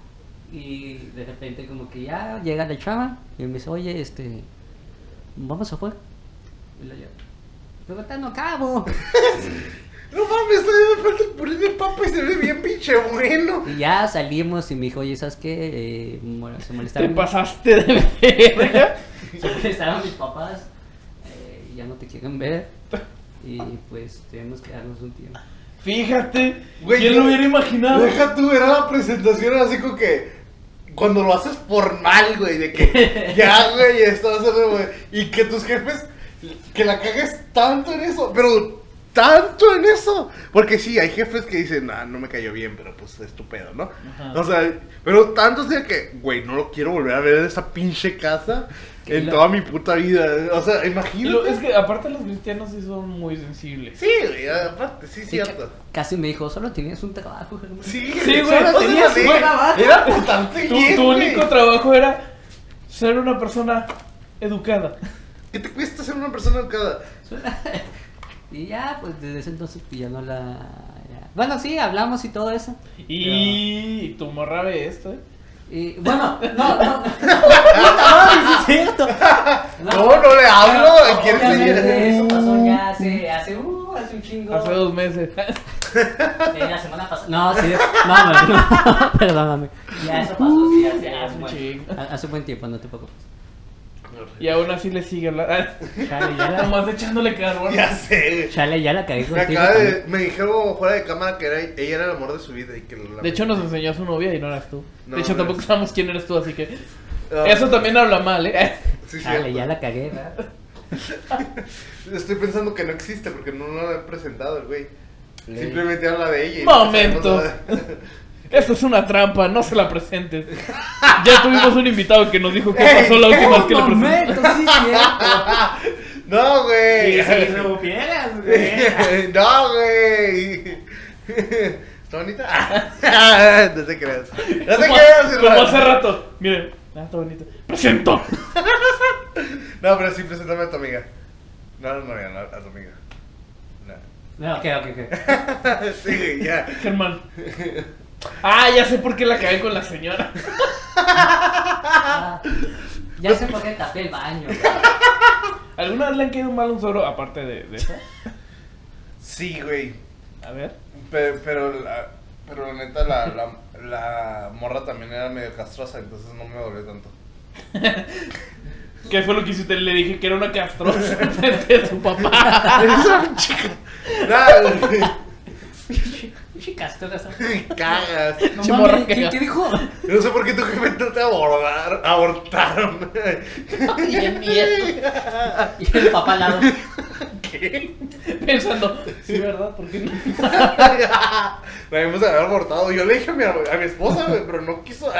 Speaker 3: Y de repente como que ya llega la chava y me dice, oye, este, vamos afuera. Y la yo, pero está no acabo.
Speaker 1: No mames, todavía me falta el puré de papa y se ve bien pinche bueno.
Speaker 3: Y ya salimos y me dijo, oye, ¿sabes qué? Eh, bueno, se
Speaker 2: Te
Speaker 3: molestaron.
Speaker 2: pasaste de verga.
Speaker 3: Se molestaron mis papás. eh, ya no te quieren ver. Y pues tenemos que darnos un tiempo.
Speaker 2: Fíjate.
Speaker 1: Güey,
Speaker 2: ¿Quién
Speaker 1: yo-
Speaker 2: lo hubiera imaginado?
Speaker 1: Deja tú, era la presentación así como que. Cuando lo haces formal, güey, de que ya, güey, esto va a ser, güey. Y que tus jefes. Que la cagues tanto en eso, pero tanto en eso. Porque sí, hay jefes que dicen, ah, no me cayó bien, pero pues es tu pedo, ¿no?
Speaker 2: Ajá.
Speaker 1: O sea, pero tanto es de que, güey, no lo quiero volver a ver en esa pinche casa
Speaker 3: Que
Speaker 1: en
Speaker 3: la-
Speaker 1: toda mi puta vida. O sea,
Speaker 2: Y lo-
Speaker 1: imagínate.
Speaker 2: es que aparte los cristianos sí son muy sensibles.
Speaker 1: Sí, güey, aparte, sí, cierto.
Speaker 3: Casi me dijo, solo tenías un trabajo, hermano.
Speaker 1: Sí,
Speaker 2: Sí, güey,
Speaker 1: solo
Speaker 2: tenías
Speaker 1: así.
Speaker 2: un
Speaker 3: trabajo.
Speaker 1: Era bastante
Speaker 2: Tu,
Speaker 1: bien,
Speaker 2: tu
Speaker 1: güey.
Speaker 2: único trabajo era ser una persona educada.
Speaker 1: ¿Qué te cuesta ser una persona educada?
Speaker 3: Y ya, pues desde ese entonces pues, ya no la... ya. Bueno, sí, hablamos y todo eso.
Speaker 2: Y tu morra ve esto. ¿eh?
Speaker 3: Y bueno, no, no. ¡Puta madre, sí es cierto!
Speaker 1: No, no le hablo,
Speaker 3: Claro,
Speaker 1: ¿quién le
Speaker 3: obviamente,
Speaker 1: diera?
Speaker 3: Eso pasó ya hace, hace, uh, hace un chingo.
Speaker 2: Hace dos meses.
Speaker 3: Eh, la semana pasada. No, sí, no, no, no, perdóname. Ya, eso pasó, sí, hace, hace, un buen,
Speaker 2: Chingo.
Speaker 3: ha- hace un buen tiempo, no te preocupes.
Speaker 2: Y aún así le sigue hablando.
Speaker 3: Chale, ya la,
Speaker 2: Nomás echándole carbón.
Speaker 1: Ya sé,
Speaker 3: chale, ya la caí
Speaker 1: güey. Me,
Speaker 3: contigo.
Speaker 1: acaba de-
Speaker 3: también.
Speaker 1: me dijeron fuera de cámara que era, ella era el amor de su vida. Y que la-
Speaker 2: De hecho, nos enseñó a su novia y no eras tú.
Speaker 1: No,
Speaker 2: de hecho,
Speaker 1: no
Speaker 2: tampoco
Speaker 1: eres.
Speaker 2: sabemos quién eres tú, así que.
Speaker 1: Ah,
Speaker 2: Eso también habla mal, ¿eh?
Speaker 1: Sí,
Speaker 3: Chale,
Speaker 1: cierto.
Speaker 3: ya la cagué, ¿verdad?
Speaker 1: Estoy pensando que no existe porque no lo han presentado el güey. Simplemente habla de ella. y
Speaker 2: Momento.
Speaker 1: no sabemos nada.
Speaker 2: Esto es una trampa, no se la presentes. Ya tuvimos un invitado que nos dijo qué
Speaker 1: Ey,
Speaker 2: pasó la última vez que le presentamos.
Speaker 3: momento, sí, cierto.
Speaker 1: No, güey.
Speaker 3: supieras,
Speaker 1: no, güey. ¿Está bonita? Ah, no te creas. No te creas,
Speaker 2: Como
Speaker 1: Israel.
Speaker 2: hace rato. Miren, ah, está bonito. ¡Presento!
Speaker 1: No, pero sí, preséntame a tu amiga. No, no, no, no, a tu amiga. No.
Speaker 3: No, ok, ok, ok.
Speaker 1: sí, güey, ya.
Speaker 2: Germán. Ah, ya sé por qué la cagué con la señora.
Speaker 3: Ah, ya sé por qué tapé el baño. güey.
Speaker 2: ¿Alguna vez le han quedado mal un zorro aparte de, de esa?
Speaker 1: Sí, güey.
Speaker 2: A ver.
Speaker 1: Pero, pero, la, pero la neta, la, la, la morra también era medio castrosa, entonces no me dolió tanto.
Speaker 2: ¿Qué fue lo que hiciste? Le dije que era una castrosa frente a su papá.
Speaker 1: Esa chica. No, güey.
Speaker 3: Chicas, tú las-
Speaker 1: Cagas.
Speaker 3: No
Speaker 2: Che, morra,
Speaker 3: mames, ¿quién
Speaker 2: caga.
Speaker 3: te dijo?
Speaker 1: No sé por qué tu jefe no te abordar, abortaron.
Speaker 2: Y el nieto.
Speaker 3: Y el papá al lado.
Speaker 1: ¿Qué?
Speaker 2: Pensando, sí, ¿verdad? ¿Por qué no?
Speaker 1: La debemos de haber abortado. Yo le dije a mi, a mi esposa, güey, pero no quiso.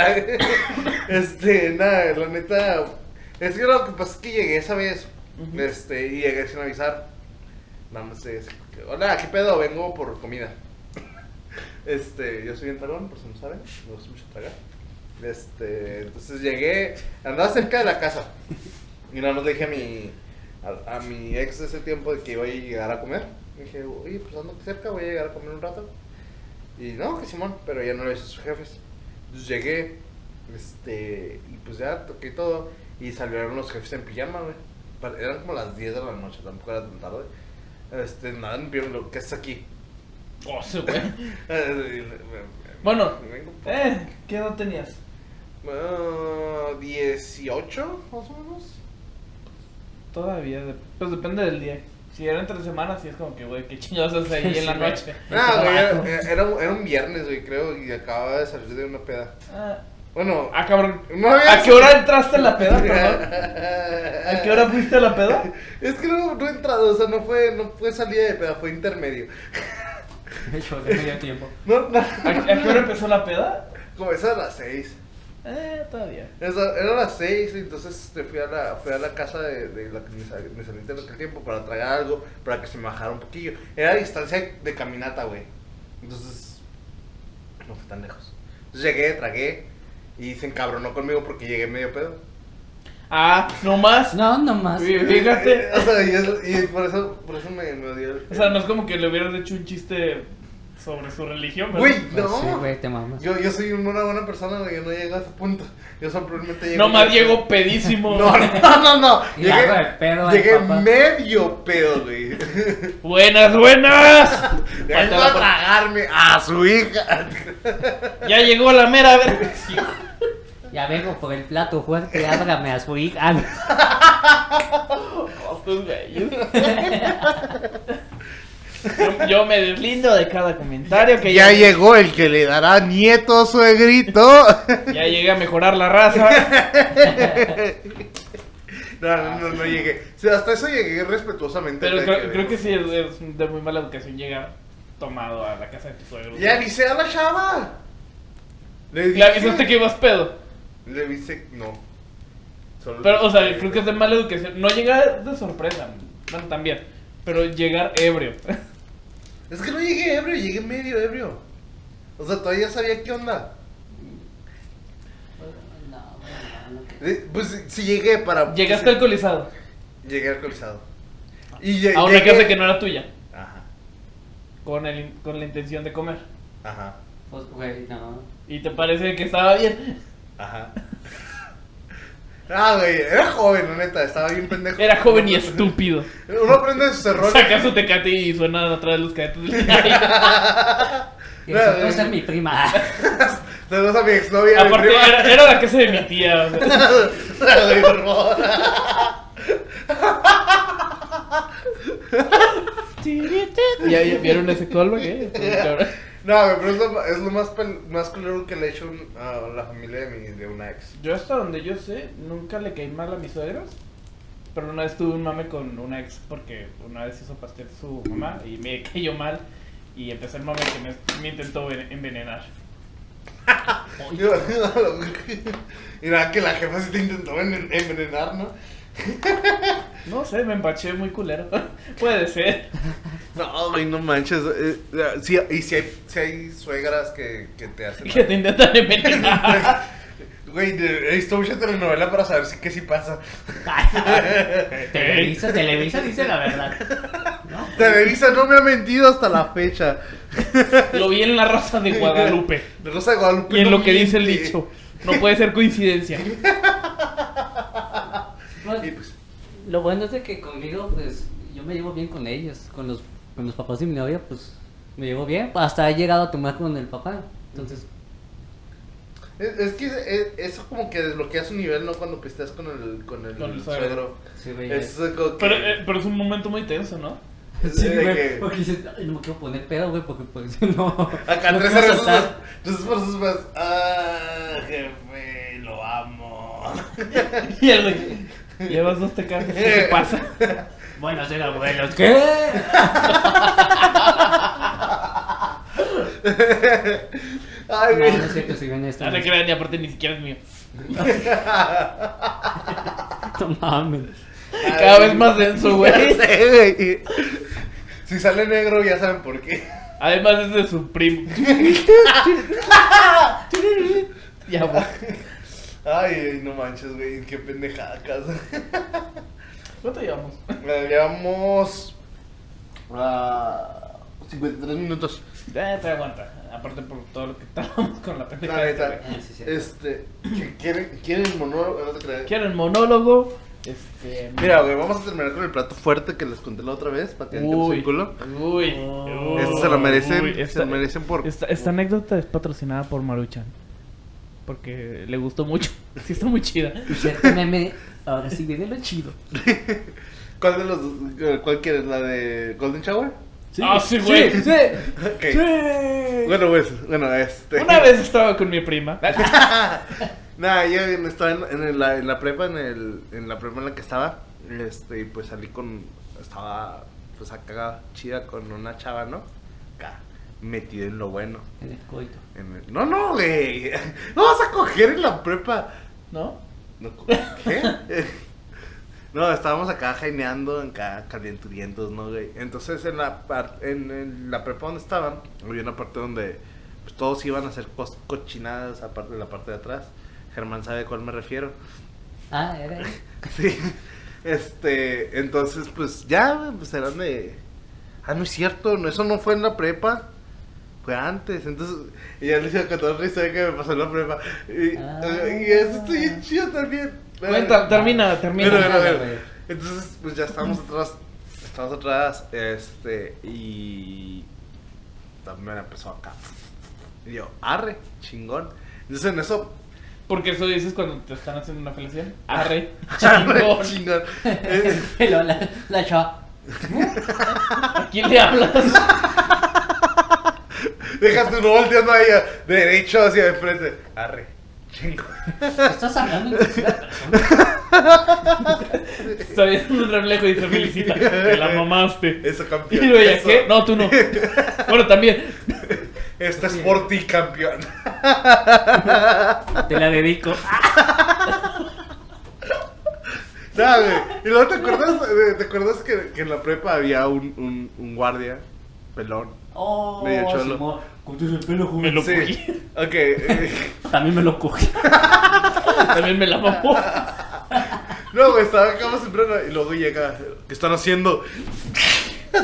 Speaker 1: Este, nada, la neta. Es que lo que pasa es que llegué esa vez.
Speaker 2: Ujú.
Speaker 1: Este, y llegué sin avisar. Nada más es. que, Hola, ¿qué pedo? Vengo por comida. Este, yo soy bien talón, por si no saben. Me gusta mucho tragar. Este, entonces llegué. Andaba cerca de la casa. Y nada más le dije a mi, a, a mi ex de ese tiempo de que iba a llegar a comer. Le dije, oye, pues ando cerca, voy a llegar a comer un rato. Y no, que Simón, pero ya no lo hizo sus jefes. Entonces llegué, este, y pues ya toqué todo. Y salieron los jefes en pijama, güey. Pa- Eran como las 10 de la noche, tampoco era tan tarde. Este, nada, me vieron, lo que es aquí?
Speaker 2: Oh, ese güey.
Speaker 1: Bueno,
Speaker 2: Bueno, Eh, ¿qué edad tenías?
Speaker 1: 18, más o menos.
Speaker 2: Todavía, de- pues depende del día. Si era entre semanas, sí es como que, güey, qué chingados haces ahí en la
Speaker 3: Sí, güey.
Speaker 2: noche.
Speaker 1: Ah, güey,
Speaker 3: trabajo.
Speaker 1: era, era un- era un viernes, güey, creo, y acababa de salir de una peda.
Speaker 2: Ah,
Speaker 1: Bueno,
Speaker 2: ah, cabrón.
Speaker 1: no había-
Speaker 2: ¿A qué hora entraste a la peda, perdón? ¿A qué hora fuiste a la peda?
Speaker 1: Es que no, no he entrado, o sea, no fue, no fue salida de peda, fue intermedio.
Speaker 3: Me choqué medio tiempo.
Speaker 1: No, no,
Speaker 2: ¿A, a qué hora empezó la peda?
Speaker 1: comenzó a las 6.
Speaker 2: Eh, todavía.
Speaker 1: Esa- Era las 6, entonces este, fui, a la, fui a la casa de, de la que me sal- me salí en aquel tiempo para tragar algo, para que se me bajara un poquillo. Era a distancia de caminata, güey. Entonces, no fue tan lejos. Entonces llegué, tragué y se encabronó conmigo porque llegué medio pedo.
Speaker 2: Ah, no más.
Speaker 3: No, nomás.
Speaker 2: Sí. Fíjate.
Speaker 1: Eh, O sea, y, eso- y por eso, por eso me, me odió. el-
Speaker 2: O sea, no es como que le hubieran hecho un chiste sobre su religión, pero-
Speaker 1: Güey,
Speaker 3: Pues
Speaker 1: no.
Speaker 3: sí, güey, te mamas.
Speaker 1: yo, yo soy una buena persona, güey. Yo no llego a ese punto. Yo simplemente llego.
Speaker 2: No más llegó pedísimo.
Speaker 1: No, no, no, no.
Speaker 3: Y le agarro el pedo al
Speaker 1: llegué
Speaker 3: papá.
Speaker 1: medio pedo, güey.
Speaker 2: Buenas, buenas.
Speaker 1: Ya iba
Speaker 2: Falta la
Speaker 1: a
Speaker 2: pa-
Speaker 1: tragarme a su hija.
Speaker 2: Ya llegó la mera, a ver. Sí.
Speaker 3: Ya vengo por el plato fuerte, ábrame a su hija. Ah, no.
Speaker 2: Estos güeyes. Yo, yo me deslindo de cada comentario que
Speaker 1: Ya llegó el que le dará nieto suegrito.
Speaker 2: Ya llegué a mejorar la raza.
Speaker 1: No, no, no, no llegué. O sea, hasta eso llegué respetuosamente.
Speaker 2: Pero
Speaker 1: de
Speaker 2: creo, creo que sí es, es de muy mala educación llegar tomado a la casa de tu suegro.
Speaker 1: Ya avisé a la chava. Le
Speaker 2: Le avisaste que ibas pedo.
Speaker 1: Le avisé, no. Solo
Speaker 2: Pero, o sea,
Speaker 1: le-
Speaker 2: creo que es de mala educación. No llegar de sorpresa. Bueno, también. Pero llegar ebrio.
Speaker 1: Es que no llegué ebrio, llegué medio ebrio. O sea, todavía sabía qué onda.
Speaker 3: No, bueno, no,
Speaker 1: Eh, Pues si llegué para. pues,
Speaker 2: Llegaste alcoholizado
Speaker 1: Llegué alcoholizado. Y lle-
Speaker 2: a una
Speaker 1: llegué-
Speaker 2: casa que no era tuya.
Speaker 1: Ajá,
Speaker 2: Con, el, con la intención de comer.
Speaker 1: ajá,
Speaker 3: Pues, güey, no.
Speaker 2: Y te parece que estaba bien.
Speaker 1: ajá. Ah, güey, era joven, la neta, estaba bien pendejo.
Speaker 2: Era joven y
Speaker 1: Uno-
Speaker 2: estúpido.
Speaker 1: Uno aprende de sus errores.
Speaker 2: Saca su tecate y suena atrás de los cadetes del diario.
Speaker 3: Que
Speaker 1: No,
Speaker 3: se
Speaker 1: no,
Speaker 3: puede
Speaker 1: no.
Speaker 3: ser mi prima.
Speaker 1: Saludos a mi exnovia. mi
Speaker 2: Aparte,
Speaker 1: prima.
Speaker 2: era, era la casa de mi tía. o sea.
Speaker 1: Ay, por favor.
Speaker 2: ¿Ya, ya vieron ese callback, eh? Estuvo cabrón.
Speaker 1: No, güey, pero es lo, es lo más, pel- más culero que le he hecho un- a la familia de, mi, de una ex.
Speaker 2: Yo hasta donde yo sé, nunca le caí mal a mis suegros. Pero una vez tuve un mame con una ex porque una vez hizo pastel su mamá y me cayó mal. Y empezó el mame que me, me intentó ven- envenenar.
Speaker 1: Yo- Y nada, que la jefa se te intentó enven- envenenar, ¿no?
Speaker 2: No sé, me empaché muy culero. Puede ser.
Speaker 1: No, güey, no manches. eh, eh, sí, y si hay, sí hay suegras que, que te hacen.
Speaker 2: Que te intentan envenenar.
Speaker 1: Güey, de- he visto mucha telenovela para saber si que sí pasa.
Speaker 3: Televisa, Televisa dice la verdad. No,
Speaker 1: Televisa no me ha mentido hasta la fecha.
Speaker 2: Lo vi en La Rosa de Guadalupe.
Speaker 1: De Rosa de Guadalupe.
Speaker 2: Y en
Speaker 1: no
Speaker 2: lo que dice el
Speaker 1: miente.
Speaker 2: dicho. No puede ser coincidencia.
Speaker 1: Y
Speaker 3: pues,
Speaker 1: pues,
Speaker 3: lo bueno es de que conmigo, pues, yo me llevo bien con ellos. Con los, con los papás de mi novia, pues, me llevo bien. Hasta he llegado a tomar con el papá. Entonces,
Speaker 1: es, es que es- eso como que desbloquea su nivel, ¿no? Cuando pisteas con el, con el,
Speaker 2: Con el suegro.
Speaker 1: suegro.
Speaker 3: sí, güey.
Speaker 1: Es como que-
Speaker 2: Pero, eh, pero es un momento muy tenso, ¿no?
Speaker 3: Sí,
Speaker 1: de
Speaker 3: güey,
Speaker 1: que-
Speaker 3: porque dices, ay, no me quiero poner pedo, güey, porque pues no.
Speaker 1: Acá
Speaker 3: no
Speaker 1: tres
Speaker 3: quiero
Speaker 1: cervezas
Speaker 3: saltar.
Speaker 1: más. Tres cervezas más. Ah, jefe, lo amo.
Speaker 2: Y el güey, Llevas dos tecates, ¿qué te pasa?
Speaker 3: Buenos eran abuelos. ¿Qué?
Speaker 1: Ay,
Speaker 3: No, no
Speaker 1: güey.
Speaker 3: es cierto, soy bien
Speaker 2: No Ah, te crean, y aparte ni siquiera es mío.
Speaker 3: No mames.
Speaker 2: Cada vez más denso, güey.
Speaker 1: Ya sé, güey. Si sale negro, ya saben por qué.
Speaker 2: Además es de su primo. Ya, güey.
Speaker 1: Ay, no manches, güey. Qué pendejada casa.
Speaker 2: ¿Cuánto llevamos?
Speaker 1: Llevamos. ah, 53 minutos.
Speaker 2: Eh, te aguanta. Aparte por todo lo que estábamos con la pendeja.
Speaker 1: La
Speaker 2: de este
Speaker 1: neta.
Speaker 2: güey.
Speaker 3: Ah, sí, sí.
Speaker 1: Este. ¿qu- ¿Quieren, quieren monólogo? No te creas.
Speaker 2: Quiero el monólogo. Este.
Speaker 1: Mira, güey, vamos a terminar con el plato fuerte que les conté la otra vez para que no
Speaker 2: Uy,
Speaker 1: el culo.
Speaker 2: uy, uy.
Speaker 1: Este se lo merecen,
Speaker 2: Uy,
Speaker 1: se lo merecen por.
Speaker 2: Esta, esta anécdota es patrocinada por Maruchan. Porque le gustó mucho. Sí, está muy chida.
Speaker 3: Y cierto meme, ahora sí viene lo chido.
Speaker 1: ¿Cuál de los dos- Eh, cuál quieres? ¿La de Golden Shower?
Speaker 2: Ah, sí, güey.
Speaker 3: Sí, sí.
Speaker 1: Ok.
Speaker 3: sí.
Speaker 1: Bueno, pues, bueno, este.
Speaker 2: Una vez estaba con mi prima.
Speaker 1: Nada, yo estaba en, en la, en la prepa, en, el, en la prepa en la que estaba. Este, y pues salí con. Estaba, pues acá, chida con una chava, ¿no? Acá. metido en lo bueno.
Speaker 3: en el coito.
Speaker 1: En el- No, no, güey. No vas a coger en la prepa.
Speaker 2: ¿No?
Speaker 1: No, co- ¿Qué? No, estábamos acá jaineando, acá calenturientos, ¿no, güey? Entonces, en la, par- en, en la prepa donde estaban, había una parte donde pues, todos iban a hacer cos- cochinadas aparte de la parte de atrás. Germán sabe a cuál me refiero.
Speaker 3: Ah, era él.
Speaker 1: Sí. Este, entonces, pues ya, pues eran de. Ah, no es cierto, no, eso no fue en la prepa. Fue antes, entonces. Y ya les iba a contar otra historia que me pasó en la prepa. Y,
Speaker 3: Ah.
Speaker 1: y eso estoy bien chido también.
Speaker 2: Cuenta, termina, termina.
Speaker 1: Mira, mira,
Speaker 3: dale,
Speaker 1: mira.
Speaker 3: güey.
Speaker 1: Entonces, pues ya estábamos atrás. Estábamos atrás, este, y. También empezó acá. Y yo, arre, chingón. Entonces en eso
Speaker 2: Porque eso dices cuando te están haciendo una felación. Ah. Arre,
Speaker 1: Arre,
Speaker 2: chingón.
Speaker 1: chingón. Eh,
Speaker 3: Pero la, la chava.
Speaker 2: ¿A quién le hablas?
Speaker 1: Deja tu no volteando a ella, derecho hacia enfrente. Arre, chingón.
Speaker 3: Estás hablando en tercera persona.
Speaker 2: Está viendo un reflejo y te felicita. Te la mamaste.
Speaker 1: Eso
Speaker 2: Y
Speaker 1: campeón.
Speaker 2: digo, "Oye,
Speaker 1: Eso.
Speaker 2: ¿qué? No, tú no. Bueno, también.
Speaker 1: Esta Este es por ti, campeón.
Speaker 3: Te la dedico.
Speaker 1: No, güey. Y luego te acuerdas, eh, ¿te acuerdas que, que en la prepa había un, un, un guardia pelón.
Speaker 3: Oh,
Speaker 1: Medio cholo.
Speaker 3: Simón, cortes el pelo,
Speaker 2: Me
Speaker 3: joven.
Speaker 2: lo
Speaker 1: Sí.
Speaker 2: cogí.
Speaker 1: Ok. eh,
Speaker 3: También me lo cogí.
Speaker 2: También me la mamó.
Speaker 1: no, güey, estaba acá más temprano y luego llega. ¿Qué están haciendo?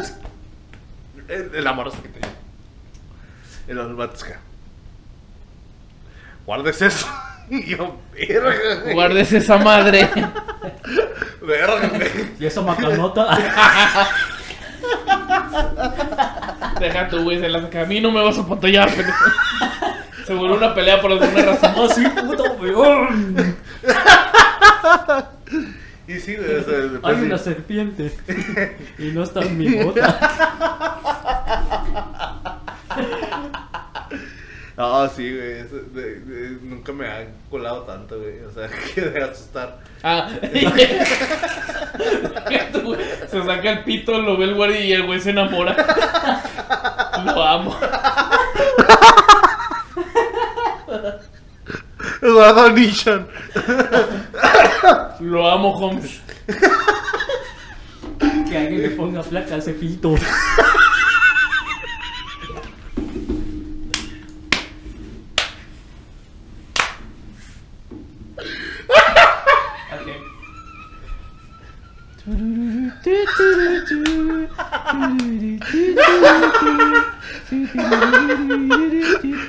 Speaker 1: el, el amoroso que te dio. El albatska. Guardes eso. Y yo, verga. güey.
Speaker 2: Guardes esa madre.
Speaker 1: Verga, güey.
Speaker 3: Y esa macanota.
Speaker 2: Deja tu güey, se la saca. A mí no me vas a pantallar, pendejo. Seguro una pelea por alguna razón.
Speaker 3: No, Oh, sí, puto Oh. weón.
Speaker 1: Y sí, o sea, después
Speaker 3: Hay
Speaker 1: sí.
Speaker 3: una serpiente. Y no está en mi bota.
Speaker 1: No, sí, güey. eso- de- de- nunca me han colado tanto, güey. O sea, que de asustar.
Speaker 2: Ah, Tu güey se saca el pito, lo ve el guardia y el güey se enamora. Lo amo.
Speaker 1: Eduardo Nishon.
Speaker 2: Lo amo, Holmes.
Speaker 3: Que alguien le ponga placa a ese pito.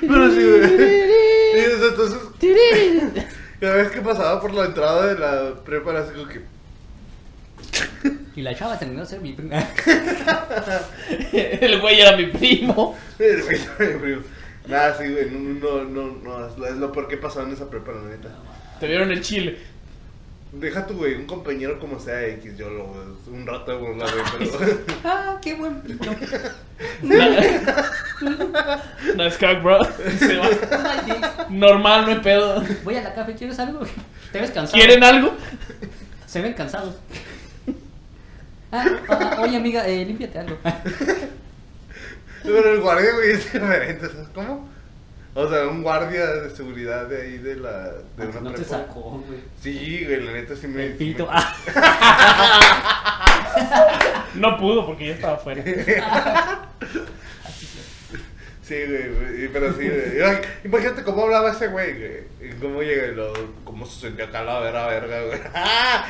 Speaker 1: Pero sí, güey. Y desde entonces, cada vez que pasaba por la entrada de la prepa, era así como que.
Speaker 3: Y la chava terminó de ser mi primera.
Speaker 2: El güey era mi primo.
Speaker 1: "Eh, güey, soy mi primo". Nada, sí, güey. No, no, no, no. Es lo- es lo peor que pasaba en esa prepa, la neta.
Speaker 2: Te vieron el chile.
Speaker 1: Deja tu, güey, un compañero como sea X. Yo lo. Un rato de burla, güey. Pero.
Speaker 3: Ah, qué buen pito.
Speaker 2: Nice cock, bro. Se va.
Speaker 3: Ay, di-
Speaker 2: Normal, no hay pedo.
Speaker 3: Voy a la café, ¿quieres algo? Te ves cansado.
Speaker 2: ¿Quieren algo?
Speaker 3: Se ven cansados. Ah, ah, oye amiga, eh, límpiate algo.
Speaker 1: Pero el guardia, güey, es diferente, ¿sabes cómo? O sea, un guardia de seguridad de ahí de la. de una
Speaker 3: Ah, no te
Speaker 1: prepa.
Speaker 3: sacó, güey.
Speaker 1: Sí, güey, la neta sí me.
Speaker 3: El
Speaker 1: sí me-
Speaker 3: pito. Ah,
Speaker 2: No pudo porque yo estaba afuera.
Speaker 1: Sí, güey, güey, pero sí, güey. Imag- Imagínate cómo hablaba ese güey, güey. Y cómo llega y lo. cómo se sentía acá la verga, verga, güey. ¡Ah!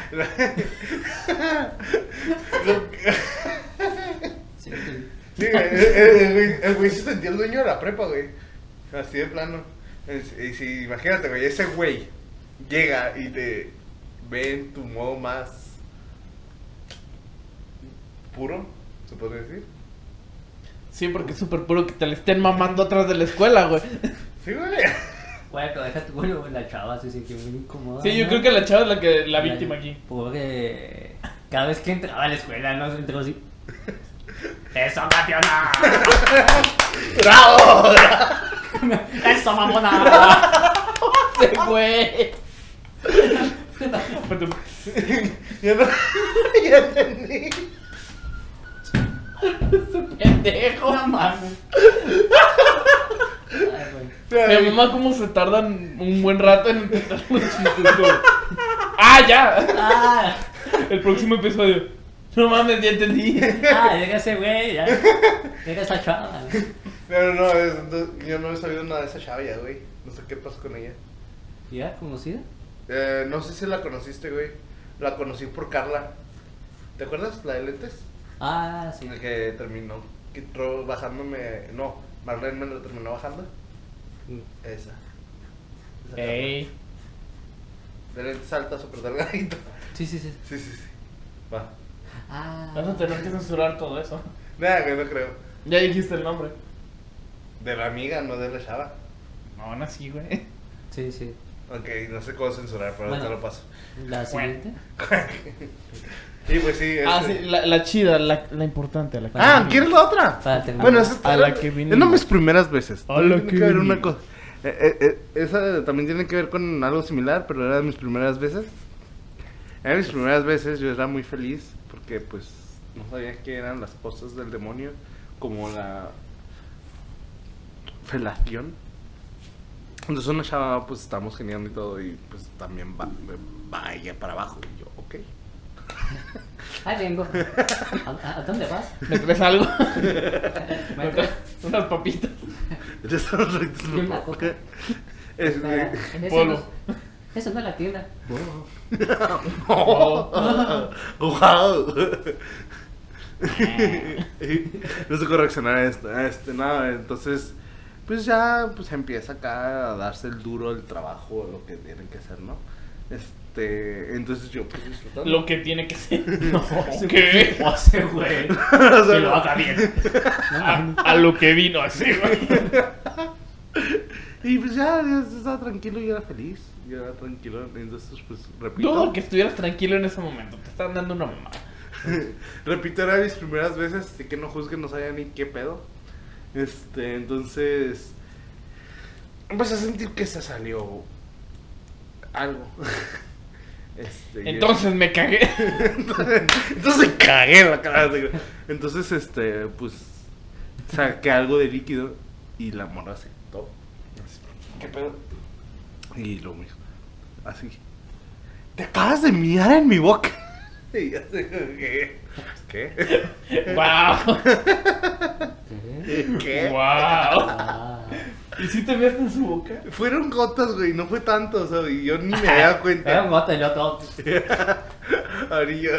Speaker 3: sí, sí.
Speaker 1: Sí, güey, el- el el güey- el güey se sentía el dueño de la prepa, güey. Así de plano. Es- Y si, imagínate, güey, ese güey llega y te ve en tu modo más puro, se podría decir.
Speaker 2: Sí, porque es súper puro que te le estén mamando atrás de la escuela, güey.
Speaker 1: Sí, güey.
Speaker 3: Güey, pero deja tu bueno, la chava se sintió muy incómoda.
Speaker 2: Sí, yo
Speaker 3: ¿no?
Speaker 2: creo que la chava es la que la víctima aquí.
Speaker 3: Pobre. Cada vez que entraba a la escuela, no entró así. ¡Eso, Tatiana!
Speaker 1: ¡Bravo!
Speaker 3: ¡Eso, mamona!
Speaker 2: Se fue.
Speaker 1: ya no. ya entendí.
Speaker 2: Pendejo.
Speaker 3: No mames. Ay, güey.
Speaker 2: Mi mamá cómo se tardan un buen rato en intentar los chistes, güey. ¡Ah, ya!
Speaker 3: Ah,
Speaker 2: El próximo episodio. No mames, ya entendí.
Speaker 3: ah, llega ese güey, ya. Llega esa chava. güey.
Speaker 1: Pero no, es- no, yo no he sabido nada de esa chavia, güey. No sé qué pasó con ella.
Speaker 3: ¿Ya conocida?
Speaker 1: Eh, no sé si la conociste, güey. La conocí por Carla. ¿Te acuerdas? La de lentes.
Speaker 3: Ah, sí.
Speaker 1: En el que terminó quitó- bajándome. No, Marlene me lo terminó bajando.
Speaker 2: Mm.
Speaker 1: Esa. Esa
Speaker 2: Ey.
Speaker 1: Carla. De lentes altas, súper delgadito.
Speaker 3: Sí, sí, sí.
Speaker 1: Sí, sí, sí. Va.
Speaker 3: Ah.
Speaker 2: Vas a tener que censurar todo eso.
Speaker 1: Nada, güey, no creo.
Speaker 2: Ya dijiste el nombre.
Speaker 1: De la amiga, no de la chava.
Speaker 2: Aún así, güey.
Speaker 3: Sí, sí.
Speaker 1: Ok, no sé cómo censurar, pero
Speaker 3: Bueno.
Speaker 1: te lo paso.
Speaker 3: La siguiente.
Speaker 1: Y pues sí.
Speaker 2: Ah,
Speaker 1: este-
Speaker 2: sí, la, la chida, la, la importante. La que
Speaker 1: Ah, ¿quieres la otra?
Speaker 3: Para terminar.
Speaker 1: Bueno, esa
Speaker 2: A
Speaker 1: era-
Speaker 2: la que vinimos.
Speaker 1: Es una de mis primeras veces.
Speaker 2: A la
Speaker 1: Tiene
Speaker 2: que
Speaker 1: ver
Speaker 2: vinimos.
Speaker 1: una cosa. Eh, eh, eh, esa también tiene que ver con algo similar, pero era de mis primeras veces. Era de mis primeras veces, yo era muy feliz porque pues no sabía qué eran las cosas del demonio, como la felación. Entonces una chava, pues estamos geniando y todo, y pues también va, vaya para abajo. Y yo, ok.
Speaker 3: Ahí vengo. ¿A, a dónde vas?
Speaker 2: ¿Me traes algo?
Speaker 3: ¿Me
Speaker 2: ¿Me traes unas papitas?
Speaker 1: Y
Speaker 3: una coca.
Speaker 1: Es-
Speaker 3: Ah,
Speaker 2: En
Speaker 3: eso
Speaker 2: polvo.
Speaker 3: no- Eso no es la tienda.
Speaker 1: ¡Oh! ¡Wow!
Speaker 2: Eh.
Speaker 1: no sé cómo reaccionar a esto. a este, nada, entonces, pues ya pues empieza acá a darse el duro el trabajo, lo que tienen que hacer, ¿no? Este, entonces yo pues disfrutando.
Speaker 2: Lo que tiene que ser. No, ¿qué?
Speaker 3: O sea, güey.
Speaker 1: O sea,
Speaker 2: Que lo haga bien. A, a lo que vino así, güey.
Speaker 1: Y pues ya, ya estaba tranquilo y era feliz. Yo era tranquilo, entonces pues repito.
Speaker 2: Dudo que estuvieras tranquilo en ese momento. Te están dando una mamá.
Speaker 1: Repito, era mis primeras veces, así que no juzguen, no sabía ni qué pedo. Este, entonces. Empecé a sentir que se salió algo. Este, y-
Speaker 2: Entonces me cagué.
Speaker 1: entonces cagué en la cara. te digo. Entonces, este, pues. Saqué algo de líquido y la morra aceptó. Así, ¿Qué pedo? Y lo mismo. Así. Te acabas de mirar en mi boca. Y yo así, ¿qué? ¿Qué?
Speaker 2: ¡Wow!
Speaker 1: ¿Qué?
Speaker 2: ¡Wow!
Speaker 3: Ah.
Speaker 2: ¿Y si te measte en su boca?
Speaker 1: Fueron gotas, güey, no fue tanto, o sea, y yo ni me había
Speaker 3: Era un
Speaker 1: cuenta.
Speaker 3: bote y otro.
Speaker 1: Ahora yo-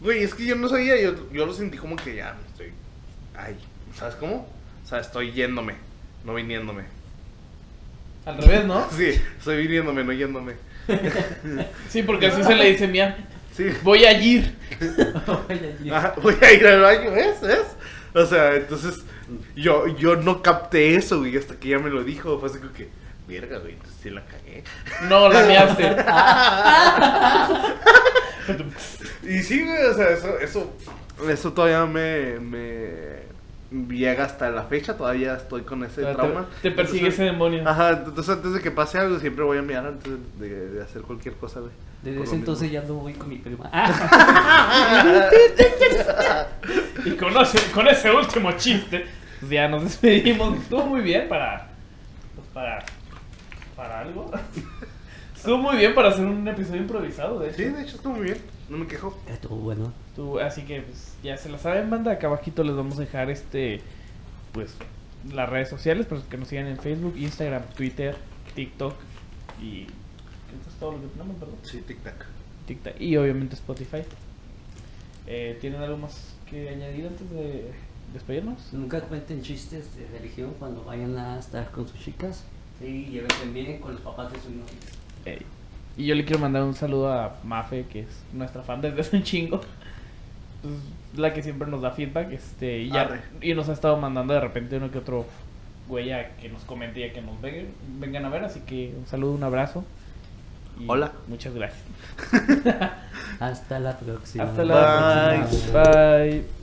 Speaker 1: Güey, es que yo no sabía, yo, yo lo sentí como que ya me estoy. Ay, ¿sabes cómo? O sea, estoy yéndome, no viniéndome.
Speaker 2: Al revés, ¿no?
Speaker 1: Sí, estoy viniéndome, no yéndome.
Speaker 2: Sí, porque así se le dice mía.
Speaker 1: Sí,
Speaker 2: Voy a ir.
Speaker 1: ah, voy a ir al baño, ¿ves? ¿ves? O sea, entonces yo, yo no capté eso, güey, hasta que ella me lo dijo. Fue así como que, verga, güey, entonces sí la cagué.
Speaker 2: No, la measte.
Speaker 1: Y sí, güey, o sea, eso, eso, eso todavía me, me llega hasta la fecha, todavía estoy con ese
Speaker 2: Te-
Speaker 1: trauma. Ah.
Speaker 2: Te persigue ese
Speaker 1: Entonces-
Speaker 2: demonio.
Speaker 1: Ajá, entonces antes de que pase algo siempre voy a mirar antes de, de hacer cualquier cosa, güey.
Speaker 3: Desde
Speaker 1: Por
Speaker 3: ese
Speaker 1: lo mismo.
Speaker 3: entonces ya no voy con mi prima. Ah,
Speaker 2: Y con ese, con ese último chiste, pues ya nos despedimos. Estuvo muy bien para. pues para. para algo. Estuvo muy bien para hacer un episodio improvisado, de hecho.
Speaker 1: Sí, de hecho estuvo muy bien, no me quejo.
Speaker 3: estuvo bueno.
Speaker 2: Tú- así que pues, ya se la saben, banda. Acá abajito les vamos a dejar este. Pues las redes sociales para que nos sigan en Facebook, Instagram, Twitter, TikTok y. Esto es todo lo que tenemos, ¿verdad?
Speaker 1: Sí, tic tac.
Speaker 2: TikTok y obviamente Spotify. Eh, ¿Tienen algo más que añadir antes de despedirnos?
Speaker 3: Nunca cuenten chistes de religión cuando vayan a estar con sus chicas. Sí, llévense bien con los papás de sus novios.
Speaker 2: Ey. Y yo le quiero mandar un saludo a Mafe, que es nuestra fan desde hace un chingo. Es la que siempre nos da feedback. Este, y, ya-
Speaker 1: Arre.
Speaker 2: y nos ha estado mandando de repente uno que otro güey a que nos comente y a que nos vengan, vengan a ver. Así que un saludo, un abrazo. y
Speaker 1: Hola.
Speaker 2: Muchas gracias.
Speaker 3: Hasta la próxima.
Speaker 2: Hasta la
Speaker 1: Bye.
Speaker 2: próxima. Bye.